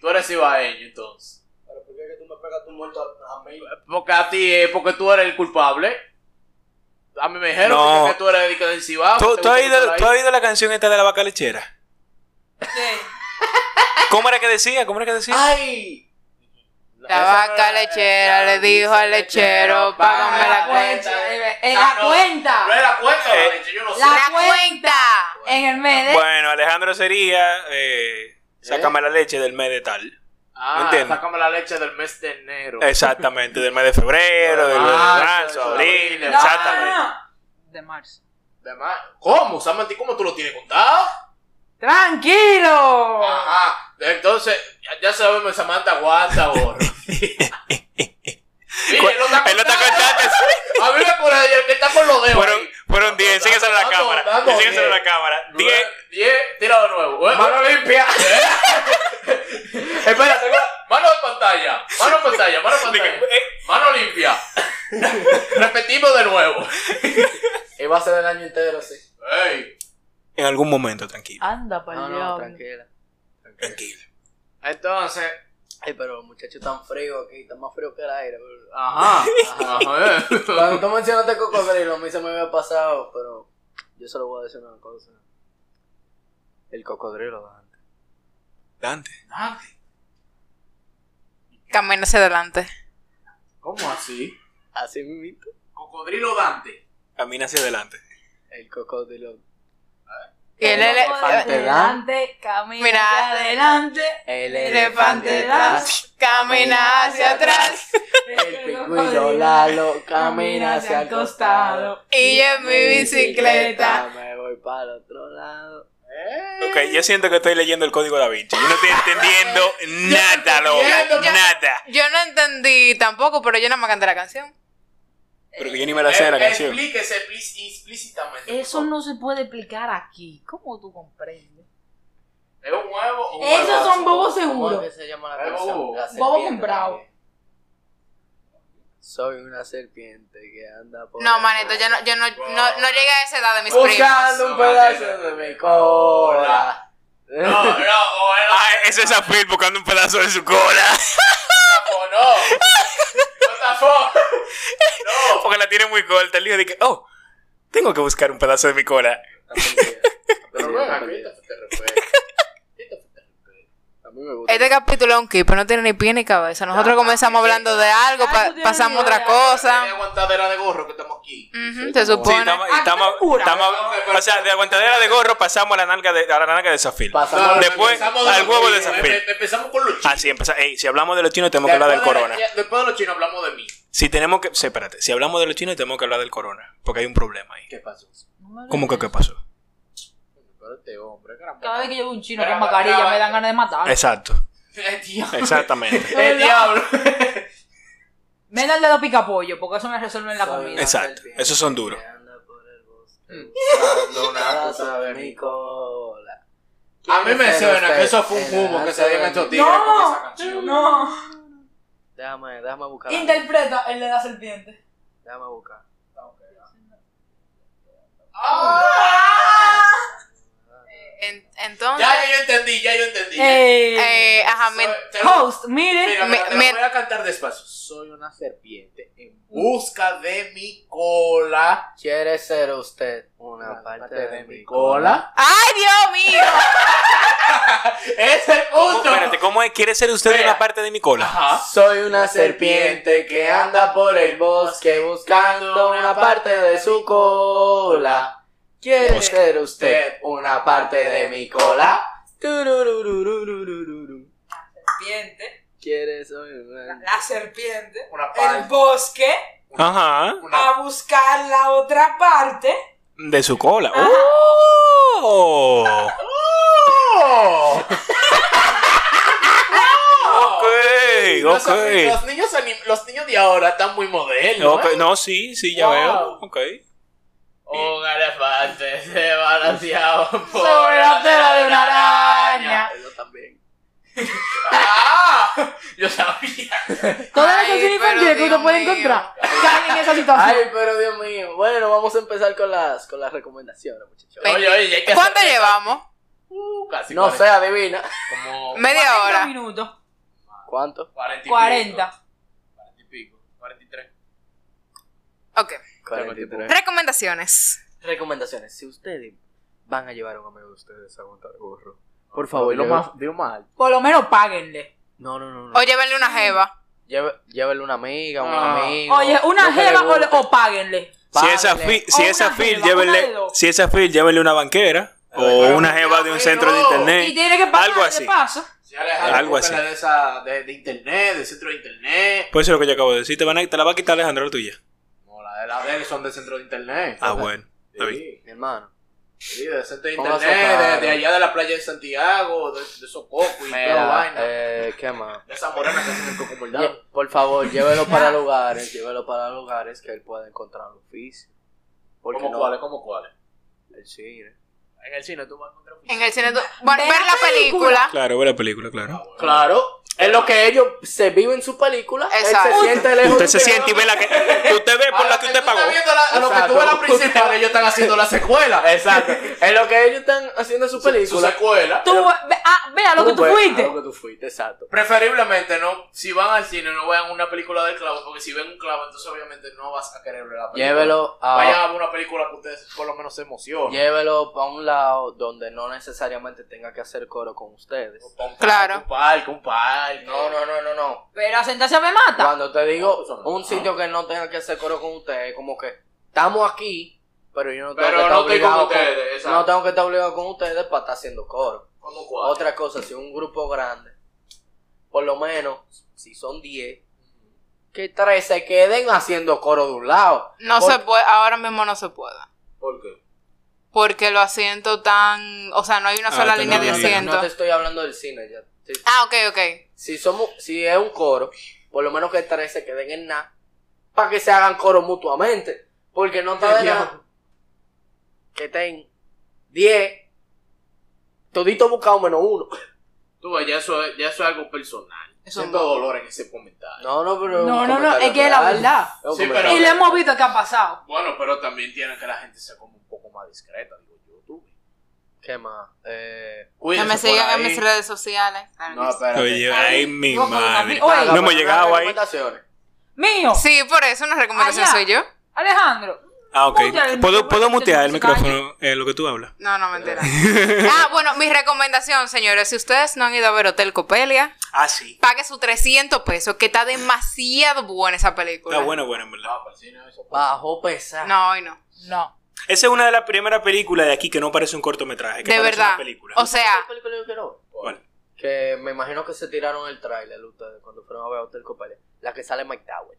[SPEAKER 2] Tú eres ibaeño, entonces.
[SPEAKER 1] ¿Pero por qué que tú me pegas tu muerto a mí?
[SPEAKER 2] Porque a ti es porque tú eres el culpable. A mí me dijeron
[SPEAKER 4] No.
[SPEAKER 2] que tú eres el que del Cibao.
[SPEAKER 4] ¿Tú,
[SPEAKER 2] que te
[SPEAKER 4] tú has
[SPEAKER 2] gusta
[SPEAKER 4] oído,
[SPEAKER 2] estar
[SPEAKER 4] tú has
[SPEAKER 2] ahí.
[SPEAKER 4] oído la canción esta de la vaca lechera?
[SPEAKER 5] Sí.
[SPEAKER 4] ¿Cómo era que decía? ¿Cómo era que decía?
[SPEAKER 1] ¡Ay!
[SPEAKER 3] La vaca lechera le dijo al lechero,
[SPEAKER 5] Ah,
[SPEAKER 3] págame la cuenta.
[SPEAKER 5] En eh, la cuenta.
[SPEAKER 2] No es la cuenta, la
[SPEAKER 4] Eh,
[SPEAKER 2] leche, yo no sé.
[SPEAKER 5] La
[SPEAKER 3] La cuenta.
[SPEAKER 5] En el
[SPEAKER 2] ¿eh?
[SPEAKER 5] mes de...
[SPEAKER 4] Bueno, Alejandro sería, eh, sácame la leche del mes de tal.
[SPEAKER 2] Ah,
[SPEAKER 4] no entiendo. Eh.
[SPEAKER 2] sácame la leche del mes de enero.
[SPEAKER 4] Exactamente, del mes de febrero, del mes de
[SPEAKER 2] Marzo,
[SPEAKER 4] marzo,
[SPEAKER 2] de
[SPEAKER 4] abril,
[SPEAKER 2] abril,
[SPEAKER 5] No,
[SPEAKER 4] exactamente.
[SPEAKER 5] no, no. De marzo.
[SPEAKER 2] De ma- ¿Cómo, Samanti? ¿Cómo tú lo tienes contado?
[SPEAKER 5] ¡Tranquilo!
[SPEAKER 2] Ajá. Entonces, ya, ya sabemos, Samantha
[SPEAKER 4] [LAUGHS]
[SPEAKER 2] aguanta ahora. Mire, lo está
[SPEAKER 4] Él lo está
[SPEAKER 2] contando.
[SPEAKER 4] contando.
[SPEAKER 2] A mí me pone el que está con los dedos.
[SPEAKER 4] Fueron, fueron 10, sígueselo a la
[SPEAKER 2] Dando,
[SPEAKER 4] cámara.
[SPEAKER 2] dando
[SPEAKER 4] Sígueselo a la
[SPEAKER 2] diez.
[SPEAKER 4] cámara.
[SPEAKER 2] 10.
[SPEAKER 4] 10.
[SPEAKER 2] 10, tira de nuevo. Eh,
[SPEAKER 1] ¡Mano
[SPEAKER 2] [LAUGHS]
[SPEAKER 1] limpia!
[SPEAKER 2] Espérate, mano de pantalla, mano de pantalla, mano de pantalla,
[SPEAKER 4] eh,
[SPEAKER 2] mano
[SPEAKER 4] [LAUGHS]
[SPEAKER 2] limpia. Repetimos de nuevo.
[SPEAKER 1] Iba a ser el año entero, sí.
[SPEAKER 2] Ey.
[SPEAKER 4] En algún momento,
[SPEAKER 2] Ah,
[SPEAKER 4] tranquilo.
[SPEAKER 5] Anda, pa'l
[SPEAKER 1] No, no,
[SPEAKER 5] diablo.
[SPEAKER 1] tranquila.
[SPEAKER 4] Tranquilo.
[SPEAKER 2] Entonces,
[SPEAKER 1] Ay, pero los muchachos tan fríos aquí, tan más fríos que el aire. Ah, bro.
[SPEAKER 2] ajá, ajá. eh.
[SPEAKER 1] Cuando [LAUGHS] tú mencionaste cocodrilo, a mí se me había pasado, pero yo solo voy a decir una cosa. El cocodrilo, Dante.
[SPEAKER 4] Dante.
[SPEAKER 3] Camina hacia adelante.
[SPEAKER 2] [LAUGHS] ¿Cómo así?
[SPEAKER 1] Así mismo.
[SPEAKER 2] Cocodrilo Dante.
[SPEAKER 4] Camina hacia adelante.
[SPEAKER 1] El cocodrilo.
[SPEAKER 3] Y el, ele-
[SPEAKER 1] elefante
[SPEAKER 5] adelante, camina
[SPEAKER 3] Mira.
[SPEAKER 5] hacia adelante,
[SPEAKER 3] [LAUGHS]
[SPEAKER 1] El
[SPEAKER 3] elefante detrás, camina hacia atrás.
[SPEAKER 1] El pingüino Lalo camina hacia el costado.
[SPEAKER 3] Y yo en mi bicicleta.
[SPEAKER 1] Me voy para el otro lado. Eh.
[SPEAKER 4] Ok, yo siento que estoy leyendo el código da Vinci. Yo no
[SPEAKER 2] [LAUGHS]
[SPEAKER 4] estoy entendiendo nada,
[SPEAKER 3] yo-
[SPEAKER 4] loco.
[SPEAKER 3] yo-
[SPEAKER 4] Nada.
[SPEAKER 3] Yo no entendí tampoco, pero yo nada más canté la canción.
[SPEAKER 4] Pero que yo ni me la sé de la
[SPEAKER 2] Eh,
[SPEAKER 4] canción.
[SPEAKER 2] Explíquese please, explícitamente.
[SPEAKER 6] Eso no se puede explicar aquí. ¿Cómo tú comprendes?
[SPEAKER 2] ¿Es un huevo o un
[SPEAKER 5] Esos
[SPEAKER 2] huevazo?
[SPEAKER 5] son
[SPEAKER 1] ¿Cómo es
[SPEAKER 5] bobos seguros.
[SPEAKER 1] que se llama la
[SPEAKER 2] Ay,
[SPEAKER 1] canción?
[SPEAKER 2] bobo.
[SPEAKER 1] La
[SPEAKER 5] Bobo
[SPEAKER 1] serpiente
[SPEAKER 5] comprado.
[SPEAKER 1] también. Soy una serpiente que anda por.
[SPEAKER 3] No,
[SPEAKER 1] el-
[SPEAKER 3] manito, yo no, yo no, no, no llegué a esa edad de mis primos.
[SPEAKER 1] Buscando un pedazo de mi cola.
[SPEAKER 2] No,
[SPEAKER 1] [LAUGHS]
[SPEAKER 4] [LAUGHS]
[SPEAKER 2] no, o era
[SPEAKER 4] Ah, eso es Afil buscando un pedazo de su cola. [LAUGHS]
[SPEAKER 2] tapó, no. No tapó. No.
[SPEAKER 4] Porque la tiene muy corta. El hijo de que, oh, tengo que buscar un pedazo de mi cola.
[SPEAKER 2] Pero
[SPEAKER 1] Pero
[SPEAKER 2] bueno, aquí
[SPEAKER 1] aquí-
[SPEAKER 2] te respeto.
[SPEAKER 1] A mí me gusta.
[SPEAKER 3] Este capítulo es un keeper, no tiene ni pie ni cabeza. Nosotros comenzamos hablando de algo, pa-
[SPEAKER 6] Ay,
[SPEAKER 3] pasamos a
[SPEAKER 6] Dios mío, ya.
[SPEAKER 3] otra
[SPEAKER 2] De
[SPEAKER 3] cosa.
[SPEAKER 2] aguantadera de gorro que estamos aquí.
[SPEAKER 3] Ujú, se
[SPEAKER 4] Sí,
[SPEAKER 3] supone.
[SPEAKER 4] estamos, y estamos- estamos- o sea, de aguantadera de gorro pasamos a la nalga de, a la nalga de Safil.
[SPEAKER 1] Pasamos
[SPEAKER 2] No, no,
[SPEAKER 4] Después,
[SPEAKER 2] empezamos
[SPEAKER 4] al
[SPEAKER 2] los
[SPEAKER 4] huevo de
[SPEAKER 2] chinos,
[SPEAKER 4] Safil.
[SPEAKER 2] empe- Empezamos con los chinos.
[SPEAKER 4] Así empieza. Ey, si hablamos de los chinos, tenemos que hablar del
[SPEAKER 2] Después de-
[SPEAKER 4] corona.
[SPEAKER 2] ya- Después de los chinos hablamos de mí.
[SPEAKER 4] Si tenemos que. sí, Espérate, si hablamos de los chinos, tenemos que hablar del corona. Porque hay un problema ahí.
[SPEAKER 2] ¿Qué pasó?
[SPEAKER 4] ¿Cómo que qué pasó?
[SPEAKER 2] Pero este hombre,
[SPEAKER 6] Cada vez que yo veo un chino con
[SPEAKER 2] Graba,
[SPEAKER 6] mascarilla
[SPEAKER 2] graba.
[SPEAKER 6] me dan ganas de matar.
[SPEAKER 4] Exacto.
[SPEAKER 2] El diablo.
[SPEAKER 4] Exactamente.
[SPEAKER 2] El diablo.
[SPEAKER 6] Me dan de los picapollos porque eso me resuelven la
[SPEAKER 1] Soy
[SPEAKER 6] comida.
[SPEAKER 1] una
[SPEAKER 4] Exacto,
[SPEAKER 1] serpiente
[SPEAKER 4] esos son duros.
[SPEAKER 1] que anda por el
[SPEAKER 2] Mm.
[SPEAKER 1] bosque buscando un pedazo de mi cola.
[SPEAKER 2] A mí me
[SPEAKER 1] ¿Quién será
[SPEAKER 2] suena que
[SPEAKER 1] usted?
[SPEAKER 2] eso fue un humo que se dieron estos tigres con esa
[SPEAKER 5] No,
[SPEAKER 2] canción.
[SPEAKER 5] no.
[SPEAKER 1] Déjame, déjame buscar.
[SPEAKER 5] Interpreta el de la serpiente.
[SPEAKER 1] Déjame buscar.
[SPEAKER 2] Ah,
[SPEAKER 3] En- entonces,
[SPEAKER 2] Ya, ya yo entendí, ya yo entendí.
[SPEAKER 6] Eh,
[SPEAKER 3] eh, ajá,
[SPEAKER 2] Soy-
[SPEAKER 3] men-
[SPEAKER 2] te lo-
[SPEAKER 6] host, mire.
[SPEAKER 2] Mira, mira, te lo
[SPEAKER 3] me-
[SPEAKER 2] voy a cantar despacio. Soy una serpiente en busca de mi cola.
[SPEAKER 1] ¿Quiere ser usted una, parte, de, mi cola?
[SPEAKER 3] ¡Ay, Dios mío!
[SPEAKER 2] Es el
[SPEAKER 4] ¿Cómo,
[SPEAKER 2] punto.
[SPEAKER 4] espérate, ¿cómo es? ¿Quiere ser usted
[SPEAKER 2] Espera.
[SPEAKER 4] una parte de mi cola?
[SPEAKER 2] Ajá.
[SPEAKER 1] Ah. Soy una serpiente que anda por el bosque buscando una parte de su cola. ¿Quiere
[SPEAKER 4] Bosque.
[SPEAKER 1] ser
[SPEAKER 2] Eh.
[SPEAKER 1] usted una parte de mi cola? Turururururururu.
[SPEAKER 5] Serpiente.
[SPEAKER 1] ¿Quiere ser una-
[SPEAKER 5] La serpiente.
[SPEAKER 2] Una
[SPEAKER 5] El
[SPEAKER 2] parte.
[SPEAKER 5] bosque.
[SPEAKER 4] Ajá.
[SPEAKER 2] Una
[SPEAKER 5] A buscar la otra parte.
[SPEAKER 4] De su cola.
[SPEAKER 5] Ajá.
[SPEAKER 4] ¡Oh!
[SPEAKER 1] Oh.
[SPEAKER 4] Ok,
[SPEAKER 2] Los,
[SPEAKER 4] ok.
[SPEAKER 2] los niños anim- los niños de ahora están muy modernos.
[SPEAKER 4] Ok,
[SPEAKER 1] pues.
[SPEAKER 2] ¿eh?
[SPEAKER 4] No, sí, sí, ya
[SPEAKER 2] Wow.
[SPEAKER 4] veo. Ok.
[SPEAKER 2] Un elefante se balanceaba por
[SPEAKER 6] Sobre la tela de una araña.
[SPEAKER 1] Yo también.
[SPEAKER 2] ¡Ah! Yo sabía.
[SPEAKER 6] Todas las
[SPEAKER 3] Ay,
[SPEAKER 6] canciones
[SPEAKER 3] pero
[SPEAKER 6] infantiles que
[SPEAKER 3] Dios
[SPEAKER 6] usted puede
[SPEAKER 3] mío.
[SPEAKER 6] encontrar caen en esa situación.
[SPEAKER 1] Ay, pero Dios mío. Bueno, vamos a empezar con las, con las recomendaciones, muchachos.
[SPEAKER 3] Ve-
[SPEAKER 2] Oye, oye, hay que
[SPEAKER 3] ¿Cuánto
[SPEAKER 2] hacer-
[SPEAKER 3] llevamos?
[SPEAKER 2] Uh, casi
[SPEAKER 1] No sé, adivina.
[SPEAKER 2] Como
[SPEAKER 3] Media
[SPEAKER 6] 40
[SPEAKER 3] hora.
[SPEAKER 6] minutos.
[SPEAKER 1] ¿Cuánto?
[SPEAKER 2] 40. y
[SPEAKER 6] 40.
[SPEAKER 2] pico, 40 y pico. 43.
[SPEAKER 3] Ok.
[SPEAKER 1] 43.
[SPEAKER 3] Recomendaciones.
[SPEAKER 1] Recomendaciones. Si ustedes van a llevar a un amigo de ustedes a montar gorro, por favor,
[SPEAKER 2] Dilo
[SPEAKER 1] lleve-
[SPEAKER 2] más, dilo más alto.
[SPEAKER 6] Por lo menos páguenle.
[SPEAKER 1] No, no, no. no.
[SPEAKER 3] O llévenle una jeva.
[SPEAKER 1] Lleve- llévele una amiga, un
[SPEAKER 2] Ah.
[SPEAKER 1] amigo.
[SPEAKER 6] Oye, una
[SPEAKER 1] lo que le
[SPEAKER 6] jeva o, le-
[SPEAKER 1] guste.
[SPEAKER 6] o páguenle.
[SPEAKER 4] Si
[SPEAKER 1] Páguenle.
[SPEAKER 4] es afil, si
[SPEAKER 6] O
[SPEAKER 4] es
[SPEAKER 6] una
[SPEAKER 4] afil,
[SPEAKER 6] jeva, una de
[SPEAKER 4] llévenle,
[SPEAKER 6] dos.
[SPEAKER 4] si es afil, llévenle una banquera o
[SPEAKER 2] Pero
[SPEAKER 4] una
[SPEAKER 2] no,
[SPEAKER 4] jeva de un
[SPEAKER 2] no.
[SPEAKER 4] centro de
[SPEAKER 6] Y
[SPEAKER 4] internet.
[SPEAKER 6] tiene que pagar
[SPEAKER 4] Algo así.
[SPEAKER 6] de paso.
[SPEAKER 2] Si Alejandro,
[SPEAKER 4] Algo
[SPEAKER 2] búscala
[SPEAKER 4] así.
[SPEAKER 2] De, esa, de, de internet, de centro de internet.
[SPEAKER 4] Pues eso es lo que yo acabo de decir. Te, van a, te la va a quitar Alejandro la tuya.
[SPEAKER 2] No, la de la de él son de centro de internet.
[SPEAKER 4] Ah, bueno. Está bien.
[SPEAKER 2] Sí,
[SPEAKER 1] Mi hermano.
[SPEAKER 2] sí, de centro de
[SPEAKER 1] Póngase
[SPEAKER 2] internet, de,
[SPEAKER 1] claro.
[SPEAKER 2] de allá de la playa de Santiago, de, de Sococo y toda
[SPEAKER 1] Mira,
[SPEAKER 2] vaina.
[SPEAKER 1] eh, ¿qué más?
[SPEAKER 2] De esa morena que hacen el coco
[SPEAKER 1] Lle- Por favor,
[SPEAKER 6] [LAUGHS]
[SPEAKER 1] llévelo para lugares, llévelo para lugares que él pueda encontrar un oficio. Porque
[SPEAKER 2] ¿Cómo
[SPEAKER 1] no,
[SPEAKER 2] cuáles? ¿Cómo cuáles?
[SPEAKER 1] el cine.
[SPEAKER 2] En el cine tú vas a encontrar
[SPEAKER 3] En el cine. tú- Bueno,
[SPEAKER 6] Ve
[SPEAKER 3] ver
[SPEAKER 6] la
[SPEAKER 3] la película.
[SPEAKER 4] Claro, ve la película, claro.
[SPEAKER 1] Claro, es lo que ellos se viven su película,
[SPEAKER 3] Exacto.
[SPEAKER 1] él se siente lejos.
[SPEAKER 4] Usted
[SPEAKER 1] de
[SPEAKER 2] Ah,
[SPEAKER 4] se siente y ve la que. Usted ve por la que usted pagó.
[SPEAKER 2] Está viendo la- lo que tú ves la principal, ellos están haciendo la secuela.
[SPEAKER 1] Exacto. Es lo que ellos están haciendo su
[SPEAKER 2] Su
[SPEAKER 1] película.
[SPEAKER 2] secuela.
[SPEAKER 6] Tú, ve, ah, ve a lo que tú
[SPEAKER 1] ves a
[SPEAKER 6] fuiste.
[SPEAKER 1] Lo que tú fuiste, exacto.
[SPEAKER 2] Preferiblemente no, si van al cine no vean una película del clavo, porque si ven un clavo, entonces obviamente no vas a querer ver la película.
[SPEAKER 1] Llévelo a-
[SPEAKER 2] Vayan a ver una película que ustedes por lo menos se emocionen.
[SPEAKER 1] Llévelo para un lado donde no necesariamente tenga que hacer coro con ustedes.
[SPEAKER 3] Claro.
[SPEAKER 2] Un parque, un parque.
[SPEAKER 1] No, no, no, no, no.
[SPEAKER 6] Pero a sentarse a me mata.
[SPEAKER 1] Cuando te digo
[SPEAKER 2] eso no.
[SPEAKER 1] un sitio que no tenga que hacer coro con ustedes, es como que estamos aquí, pero yo no tengo
[SPEAKER 2] Pero
[SPEAKER 1] que estar
[SPEAKER 2] no estoy con
[SPEAKER 1] obligado con-
[SPEAKER 2] ustedes, exacto.
[SPEAKER 1] no tengo que estar obligado con ustedes para estar haciendo coro.
[SPEAKER 2] Como cuatro.
[SPEAKER 1] Otra cosa, si un grupo grande, por lo menos, si son 10, que tres se queden haciendo coro de un lado.
[SPEAKER 3] No
[SPEAKER 1] Por-
[SPEAKER 3] se puede, ahora mismo no se puede.
[SPEAKER 2] ¿Por qué?
[SPEAKER 3] Porque los asientos tan, o sea, no hay una
[SPEAKER 4] Ah,
[SPEAKER 3] sola
[SPEAKER 4] te
[SPEAKER 3] línea de
[SPEAKER 4] lo digo.
[SPEAKER 1] No te
[SPEAKER 3] asientos.
[SPEAKER 1] estoy hablando del cine ya. Sí.
[SPEAKER 3] Ah, ok, ok.
[SPEAKER 1] Si somos, si es un coro, por lo menos que tres se queden en nada, para que se hagan coro mutuamente. Porque no está de nada que estén 10, todito buscado menos uno.
[SPEAKER 2] Tú ves, ya eso, es- ya eso es algo personal.
[SPEAKER 3] Eso
[SPEAKER 2] Siento
[SPEAKER 3] no.
[SPEAKER 2] dolor en ese comentario.
[SPEAKER 1] No, no, pero.
[SPEAKER 6] No, no, no, es que es la verdad.
[SPEAKER 2] Sí, pero-
[SPEAKER 6] Y lo hemos visto que ha pasado.
[SPEAKER 2] Bueno, pero también tiene que la gente sea como un poco más discreta, digo yo, tú. ves.
[SPEAKER 1] ¿Qué más? Eh,
[SPEAKER 3] Que
[SPEAKER 2] Cuídense por
[SPEAKER 3] me sigan en
[SPEAKER 2] ahí.
[SPEAKER 3] mis redes sociales. Claro
[SPEAKER 2] No,
[SPEAKER 3] que sí.
[SPEAKER 2] espérate.
[SPEAKER 4] Oye, ay, mi
[SPEAKER 6] Ojo,
[SPEAKER 4] madre.
[SPEAKER 6] oye.
[SPEAKER 4] No hemos llegado
[SPEAKER 1] pues,
[SPEAKER 4] ahí.
[SPEAKER 1] Recomendaciones.
[SPEAKER 6] Mío,
[SPEAKER 3] Sí, por eso una recomendación
[SPEAKER 6] Allá.
[SPEAKER 3] soy yo.
[SPEAKER 6] Alejandro.
[SPEAKER 4] Ah, ok.
[SPEAKER 6] Múteale,
[SPEAKER 4] ¿Puedo,
[SPEAKER 6] no
[SPEAKER 4] puedo
[SPEAKER 6] te
[SPEAKER 4] mutear el
[SPEAKER 6] escucho,
[SPEAKER 4] micrófono eh, lo que tú hablas?
[SPEAKER 3] No, no me enteré. ah, bueno, mi recomendación, señores, si ustedes no han ido a ver Hotel Copelia,
[SPEAKER 4] Ah, sí.
[SPEAKER 3] pague sus 300 pesos, que está demasiado buena esa película.
[SPEAKER 4] Está bueno, bueno, en verdad.
[SPEAKER 2] Ah, pues sí, no, eso-
[SPEAKER 1] Bajo pesar.
[SPEAKER 3] No, hoy no.
[SPEAKER 6] No.
[SPEAKER 4] Esa es una de las primeras películas de aquí que no parece un cortometraje. Que
[SPEAKER 3] De
[SPEAKER 4] parece
[SPEAKER 3] verdad.
[SPEAKER 4] Una película.
[SPEAKER 3] O sea,
[SPEAKER 1] ¿Qué película yo quiero ver?
[SPEAKER 4] ¿Cuál?
[SPEAKER 1] Que me imagino que se tiraron el tráiler ustedes cuando fueron a ver Hotel Copelia. La que sale Mike Tower.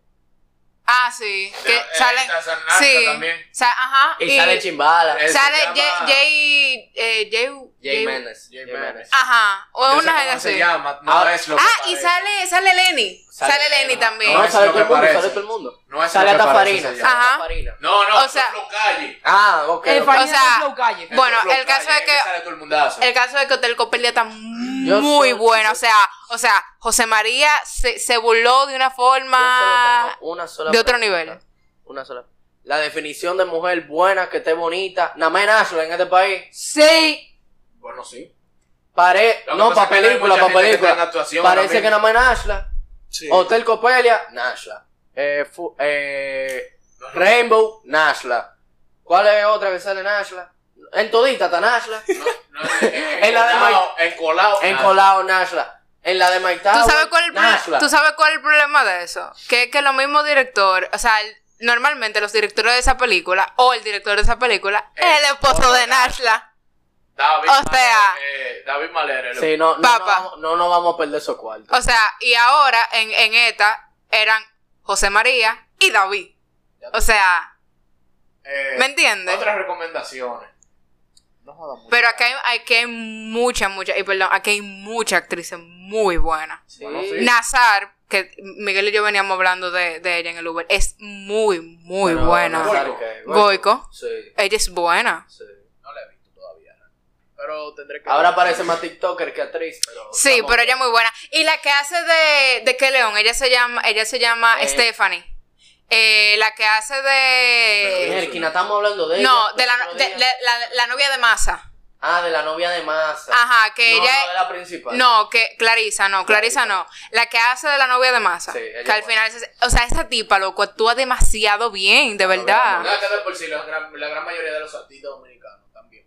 [SPEAKER 3] ah, sí. Que
[SPEAKER 2] Eh,
[SPEAKER 3] salen.
[SPEAKER 2] está Sanasta
[SPEAKER 3] Sí.
[SPEAKER 2] también.
[SPEAKER 3] Sa- ajá.
[SPEAKER 1] Y, sale Chimbala.
[SPEAKER 2] Eh,
[SPEAKER 3] sale
[SPEAKER 2] se llama-
[SPEAKER 3] Jay. Jay. eh, Jay-
[SPEAKER 1] Jay
[SPEAKER 3] Jay-
[SPEAKER 1] Méndez.
[SPEAKER 2] Jay
[SPEAKER 1] Jay
[SPEAKER 2] Méndez.
[SPEAKER 1] Méndez.
[SPEAKER 3] Ajá. O
[SPEAKER 2] Yo sé
[SPEAKER 3] una
[SPEAKER 2] cómo
[SPEAKER 3] gente
[SPEAKER 2] se
[SPEAKER 3] así.
[SPEAKER 2] llama, no
[SPEAKER 1] Ah,
[SPEAKER 2] es lo que
[SPEAKER 3] Ah, y
[SPEAKER 2] parece.
[SPEAKER 3] sale, sale Lenny.
[SPEAKER 1] Sale
[SPEAKER 3] Sale,
[SPEAKER 1] Lenny.
[SPEAKER 3] Lenny también.
[SPEAKER 1] No,
[SPEAKER 2] es
[SPEAKER 1] sale
[SPEAKER 2] lo
[SPEAKER 1] todo el
[SPEAKER 2] que
[SPEAKER 1] mundo,
[SPEAKER 2] parece.
[SPEAKER 1] sale todo el mundo.
[SPEAKER 2] No es
[SPEAKER 1] sale
[SPEAKER 2] lo que
[SPEAKER 1] hasta
[SPEAKER 2] parece,
[SPEAKER 1] Farina.
[SPEAKER 2] se
[SPEAKER 1] Sale
[SPEAKER 2] llama.
[SPEAKER 1] hasta
[SPEAKER 3] Ajá.
[SPEAKER 1] Farina.
[SPEAKER 2] No, no,
[SPEAKER 3] O
[SPEAKER 2] eso es
[SPEAKER 3] sea-
[SPEAKER 2] Flow Calle.
[SPEAKER 1] Ah, ok.
[SPEAKER 6] El
[SPEAKER 1] ok.
[SPEAKER 6] Farina
[SPEAKER 3] sea,
[SPEAKER 6] de Flow Calle.
[SPEAKER 2] Eso
[SPEAKER 3] Bueno,
[SPEAKER 2] Flow
[SPEAKER 3] el caso
[SPEAKER 2] Calle,
[SPEAKER 3] es que-
[SPEAKER 2] sale todo el mundazo.
[SPEAKER 3] El caso de que Hotel Copelia está
[SPEAKER 1] Yo
[SPEAKER 3] muy
[SPEAKER 1] solo-
[SPEAKER 3] buena. O sea, o sea, José María se, se burló de una
[SPEAKER 1] Yo solo
[SPEAKER 3] forma.
[SPEAKER 1] tengo una sola
[SPEAKER 3] de otro
[SPEAKER 1] pregunta.
[SPEAKER 3] nivel.
[SPEAKER 1] Una sola. La definición de mujer buena, que esté bonita, nada más en Ashland, en este país.
[SPEAKER 6] Sí.
[SPEAKER 2] Bueno, sí.
[SPEAKER 1] Pare...
[SPEAKER 2] Lo que
[SPEAKER 1] No, para
[SPEAKER 2] pasa es que no hay
[SPEAKER 1] película, para
[SPEAKER 2] mucha gente que está en
[SPEAKER 1] película.
[SPEAKER 2] actuación
[SPEAKER 1] Parece que
[SPEAKER 2] ahora
[SPEAKER 1] nada más en Ashland.
[SPEAKER 4] Sí.
[SPEAKER 1] Hotel Copelia, Nashla. Eh, fu- eh,
[SPEAKER 2] mismo. No,
[SPEAKER 1] Rainbow, Nashla. ¿Cuál es otra que sale Nashla? En todita está Nashla.
[SPEAKER 2] no, no,
[SPEAKER 1] [LAUGHS]
[SPEAKER 2] en-
[SPEAKER 1] En la de
[SPEAKER 2] encolado, encolado,
[SPEAKER 1] En
[SPEAKER 2] nada.
[SPEAKER 1] Colao, Nashla. En la de Mike
[SPEAKER 3] ¿Tú
[SPEAKER 1] Tower,
[SPEAKER 3] sabes, cuál es el pro-
[SPEAKER 1] Nashla.
[SPEAKER 3] ¿Tú sabes cuál es el problema de eso? Que es que los mismos directores, o sea, el- normalmente los directores de esa película o el director de esa película es el esposo de Nashla.
[SPEAKER 2] Ah, David
[SPEAKER 3] O sea-
[SPEAKER 2] Malere, eh, David Malere. lo-
[SPEAKER 1] Sí, no, no,
[SPEAKER 3] Papa.
[SPEAKER 1] no, vamos- no nos vamos a perder esos cuartos.
[SPEAKER 3] O sea, y ahora en, en ETA eran José María y David. O sea,
[SPEAKER 2] eh,
[SPEAKER 3] ¿me entiendes?
[SPEAKER 2] Otras recomendaciones. No joda mucho.
[SPEAKER 3] Pero aquí hay, aquí hay mucha, mucha, y perdón, aquí hay muchas actrices muy buenas.
[SPEAKER 1] Sí.
[SPEAKER 2] Bueno, sí.
[SPEAKER 3] Nazar, que Miguel y yo veníamos hablando de, de ella en el Uber, es muy, muy
[SPEAKER 1] Pero
[SPEAKER 3] buena.
[SPEAKER 1] no sale que-
[SPEAKER 3] Goico,
[SPEAKER 1] Sí,
[SPEAKER 3] ella es buena.
[SPEAKER 1] sí.
[SPEAKER 2] No la he visto todavía. ¿no? Pero tendré que.
[SPEAKER 1] Ahora parece más TikToker que actriz. Pero
[SPEAKER 3] Sí,
[SPEAKER 1] estamos-
[SPEAKER 3] pero ella es muy buena. Y la que hace de, de qué león, ella se llama, ella se llama
[SPEAKER 1] Eh.
[SPEAKER 3] Stephanie. Eh, la que hace de
[SPEAKER 1] Mierquina, estamos hablando de ella.
[SPEAKER 3] no, de la,
[SPEAKER 1] otro
[SPEAKER 3] de-
[SPEAKER 1] día.
[SPEAKER 3] la- la- la novia de Massa.
[SPEAKER 1] Ah, de la novia de Massa.
[SPEAKER 3] Ajá, que
[SPEAKER 1] no,
[SPEAKER 3] Ah, ella
[SPEAKER 1] no, de la principal.
[SPEAKER 3] No, que Clarisa no, Clarisa no. La que hace de la novia de Massa.
[SPEAKER 1] Sí, ella
[SPEAKER 3] que al
[SPEAKER 1] es
[SPEAKER 3] final, es- o sea, esa tipa, loco, actúa demasiado bien, de
[SPEAKER 1] Ah.
[SPEAKER 3] verdad.
[SPEAKER 2] Nada que ver por si los gran- la gran mayoría de los artistas dominicanos también.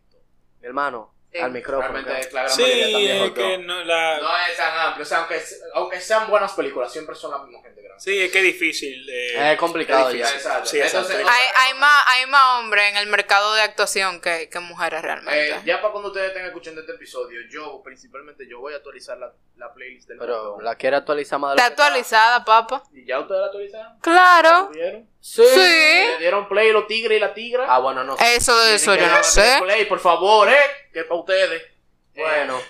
[SPEAKER 1] Mi hermano,
[SPEAKER 3] Sí.
[SPEAKER 1] al micrófono.
[SPEAKER 2] Realmente
[SPEAKER 1] claro.
[SPEAKER 2] la gran
[SPEAKER 4] Sí,
[SPEAKER 2] mayoría también.
[SPEAKER 4] es que no la...
[SPEAKER 2] No es tan amplio. O sea, aunque, aunque sean buenas películas, siempre son la misma gente grande.
[SPEAKER 4] Sí, es que es difícil. eh,
[SPEAKER 1] Es complicado ya.
[SPEAKER 2] Exacto.
[SPEAKER 4] Sí, exacto.
[SPEAKER 2] Entonces,
[SPEAKER 3] Hay, hay más, hay más hombres en el mercado de actuación que, que mujeres realmente.
[SPEAKER 2] Eh, ya para cuando ustedes estén escuchando este episodio, yo principalmente yo voy a actualizar la, la playlist del
[SPEAKER 1] Pero
[SPEAKER 2] montón.
[SPEAKER 1] la quiere actualizar más de lo
[SPEAKER 3] ¿Está
[SPEAKER 1] que está.
[SPEAKER 3] actualizada, papá?
[SPEAKER 2] ¿Y ya ustedes la actualizaron? ¿La
[SPEAKER 3] Claro.
[SPEAKER 2] subieron?
[SPEAKER 1] Sí.
[SPEAKER 3] Sí.
[SPEAKER 2] ¿Le dieron play los tigres y la tigra?
[SPEAKER 1] Ah, bueno, no. sé.
[SPEAKER 3] Eso de eso
[SPEAKER 2] Tienen
[SPEAKER 3] yo
[SPEAKER 2] que
[SPEAKER 3] no
[SPEAKER 2] darle
[SPEAKER 3] sé.
[SPEAKER 2] Play, por favor, ¿eh? Que es para ustedes. Eh,
[SPEAKER 1] bueno.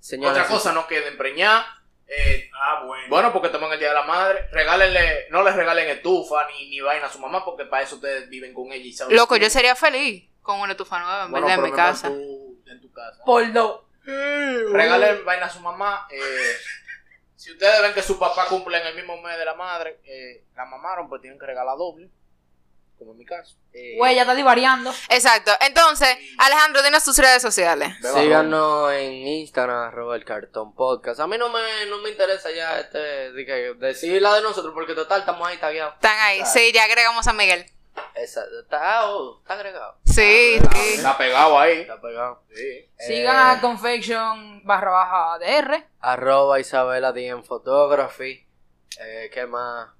[SPEAKER 1] Señora,
[SPEAKER 2] otra cosa, no queden preñadas. Eh,
[SPEAKER 4] Ah, bueno.
[SPEAKER 2] bueno, porque estamos en el Día de la Madre. Regálenle, no les regalen estufa ni, ni vaina a su mamá, porque para eso ustedes viven con ella y saben.
[SPEAKER 3] Loco, yo sería feliz con una estufa nueva en
[SPEAKER 2] Bueno,
[SPEAKER 3] verdad, en
[SPEAKER 2] pero
[SPEAKER 3] mi
[SPEAKER 2] mejor
[SPEAKER 3] casa.
[SPEAKER 2] tú en tu casa.
[SPEAKER 6] Por dos.
[SPEAKER 2] Mm, Regalen vaina a su mamá. eh, si ustedes ven que su papá cumple en el mismo mes de la madre, eh, la mamaron, pues tienen que regalar doble. como en mi caso.
[SPEAKER 1] Eh,
[SPEAKER 6] Güey, ya está divariando.
[SPEAKER 3] Exacto. Entonces, Alejandro, dinos tus redes sociales.
[SPEAKER 2] Beba
[SPEAKER 1] Síganos en Instagram, arroba el cartón podcast. A mí no me, no me interesa ya este, de que- decir la de nosotros, porque total, estamos ahí tagueados.
[SPEAKER 3] Están ahí. Sí, ya agregamos a Miguel.
[SPEAKER 1] Esa, está, oh, está agregado.
[SPEAKER 3] Sí,
[SPEAKER 1] Ah,
[SPEAKER 3] sí.
[SPEAKER 2] Está pegado ahí.
[SPEAKER 1] Está pegado.
[SPEAKER 2] Sí.
[SPEAKER 6] Sigan
[SPEAKER 1] Eh,
[SPEAKER 6] a Confection barra baja DR.
[SPEAKER 1] Arroba Isabela DM Photography. Eh, ¿Qué más?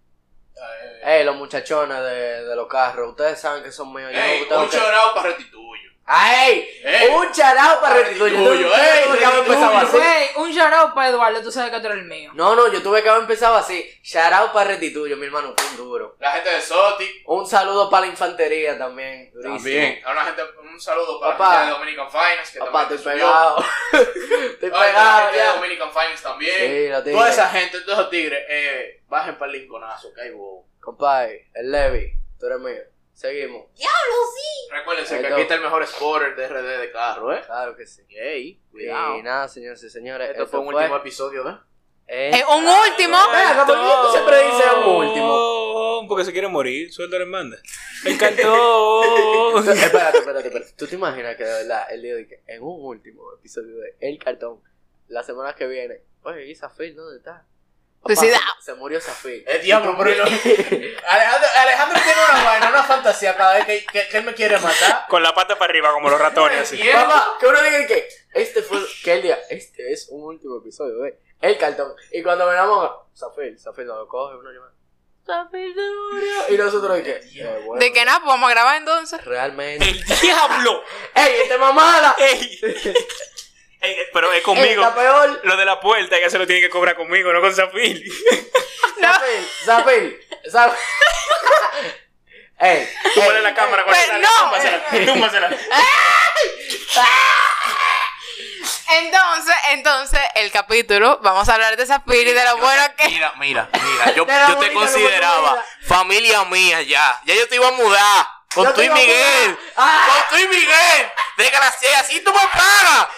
[SPEAKER 2] Eh,
[SPEAKER 1] Eh, los muchachones de, de los carros. Ustedes saben que son míos. Yo no-
[SPEAKER 2] ey,
[SPEAKER 1] tengo
[SPEAKER 2] un
[SPEAKER 1] que-
[SPEAKER 2] chorado para restituyo.
[SPEAKER 1] ¡Ay!
[SPEAKER 2] Ey.
[SPEAKER 1] ¡Un charao para restituir!
[SPEAKER 2] Restituyo,
[SPEAKER 1] Yo tuve que haber
[SPEAKER 2] ey,
[SPEAKER 1] empezado Pues, así.
[SPEAKER 2] restituyo.
[SPEAKER 6] Güey, un shout out para Eduardo, tú sabes que tú eres el mío.
[SPEAKER 1] No, no, yo tuve que haber empezado así. Charao para restituyo, mi hermano, fue un duro.
[SPEAKER 2] La gente de Soti.
[SPEAKER 1] Un saludo para la infantería también. durísimo.
[SPEAKER 2] A una gente, un saludo para
[SPEAKER 1] Papá.
[SPEAKER 2] la gente de Dominican Finance. Que
[SPEAKER 1] Papá,
[SPEAKER 2] también
[SPEAKER 1] estoy
[SPEAKER 2] te subió. [LAUGHS]
[SPEAKER 1] pegado. estoy
[SPEAKER 2] Ay, la
[SPEAKER 1] pegado
[SPEAKER 2] gente de
[SPEAKER 1] ya.
[SPEAKER 2] Dominican Finance también.
[SPEAKER 1] Sí, lo tengo.
[SPEAKER 2] Toda esa gente, todos los tigres, eh, bajen para el linconazo, que hay bobo.
[SPEAKER 1] Compadre, el Levi, tú eres mío. Seguimos.
[SPEAKER 2] Recuérdense
[SPEAKER 1] Ahí
[SPEAKER 2] que
[SPEAKER 1] está.
[SPEAKER 2] aquí está el mejor spotter de RD de carro, ¿eh?
[SPEAKER 1] Claro que sí.
[SPEAKER 2] Yay,
[SPEAKER 1] Y nada, señores y señores.
[SPEAKER 2] Esto fue un último episodio, ¿eh?
[SPEAKER 1] Eh,
[SPEAKER 3] Eh, un último.
[SPEAKER 1] Venga, ¿por qué tú siempre dices un último?
[SPEAKER 4] último? Porque se quiere morir. Suelta la hermana. El cartón.
[SPEAKER 1] espérate, espérate, espérate. ¿Tú te imaginas que de verdad el día de que en un último episodio de El Cartón, la semana que viene, oye, ¿y Zafir dónde está? Papá,
[SPEAKER 3] Suicidado.
[SPEAKER 1] Se, se murió Zafir.
[SPEAKER 2] El ¡Eh, diablo, pero no-
[SPEAKER 1] [LAUGHS]
[SPEAKER 2] Alejandro, Alejandro tiene una vaina, una fantasía cada vez que, que- que él me quiere matar.
[SPEAKER 4] [LAUGHS] Con la pata para arriba, como los ratones. así.
[SPEAKER 1] Papá, que uno diga que este fue, que él diga, este es un último episodio de El Cartón. Y cuando venamos, Zafir, Zafir no lo coge, uno llama, Zafir se murió. Y nosotros de qué? Eh, bueno,
[SPEAKER 3] De que nada, pues vamos a grabar entonces.
[SPEAKER 1] Realmente.
[SPEAKER 4] [LAUGHS] ¡El diablo!
[SPEAKER 1] ¡Ey, este mamada!
[SPEAKER 4] ¡Ey! Ey, pero es
[SPEAKER 1] ¡Ey,
[SPEAKER 4] [LAUGHS] conmigo.
[SPEAKER 1] está peor!
[SPEAKER 4] Lo de la puerta, ya se lo tiene que cobrar conmigo, no con Zafil.
[SPEAKER 1] Zafir, Zafir, Zafir. ¡Ey!
[SPEAKER 4] Tú pones la cámara cuando
[SPEAKER 3] Pero
[SPEAKER 4] sale,
[SPEAKER 3] no.
[SPEAKER 4] túmbasela, túmbasela.
[SPEAKER 3] Entonces, entonces, el capítulo, vamos a hablar de esa piri, de lo bueno que.
[SPEAKER 2] Mira, mira, mira,
[SPEAKER 1] [LAUGHS]
[SPEAKER 2] yo,
[SPEAKER 1] De la
[SPEAKER 2] yo te
[SPEAKER 1] bonita, no
[SPEAKER 2] consideraba familia mía ya. Ya yo te iba a mudar con
[SPEAKER 1] Yo
[SPEAKER 2] tu
[SPEAKER 1] te
[SPEAKER 2] y
[SPEAKER 1] iba a
[SPEAKER 2] Miguel.
[SPEAKER 1] mudar. Ah.
[SPEAKER 2] Con tu y Miguel. Desgraciada, así tú me pagas.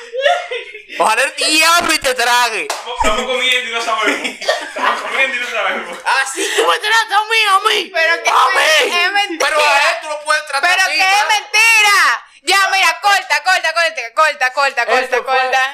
[SPEAKER 2] Ojalá el diablo y te trague.
[SPEAKER 4] Estamos comiendo y no sabemos. Estamos comiendo y no sabemos.
[SPEAKER 2] Así tú me tratas a mí, a mí.
[SPEAKER 3] Pero que
[SPEAKER 2] a mí.
[SPEAKER 3] es- es mentira.
[SPEAKER 2] Pero a él tú lo puedes tratar
[SPEAKER 3] Pero
[SPEAKER 2] así,
[SPEAKER 3] que es
[SPEAKER 2] ¿verdad?
[SPEAKER 3] mentira. Ya, mira, corta, corta, corta, corta, corta, corta,
[SPEAKER 1] Esto
[SPEAKER 3] corta,
[SPEAKER 1] fue
[SPEAKER 3] corta.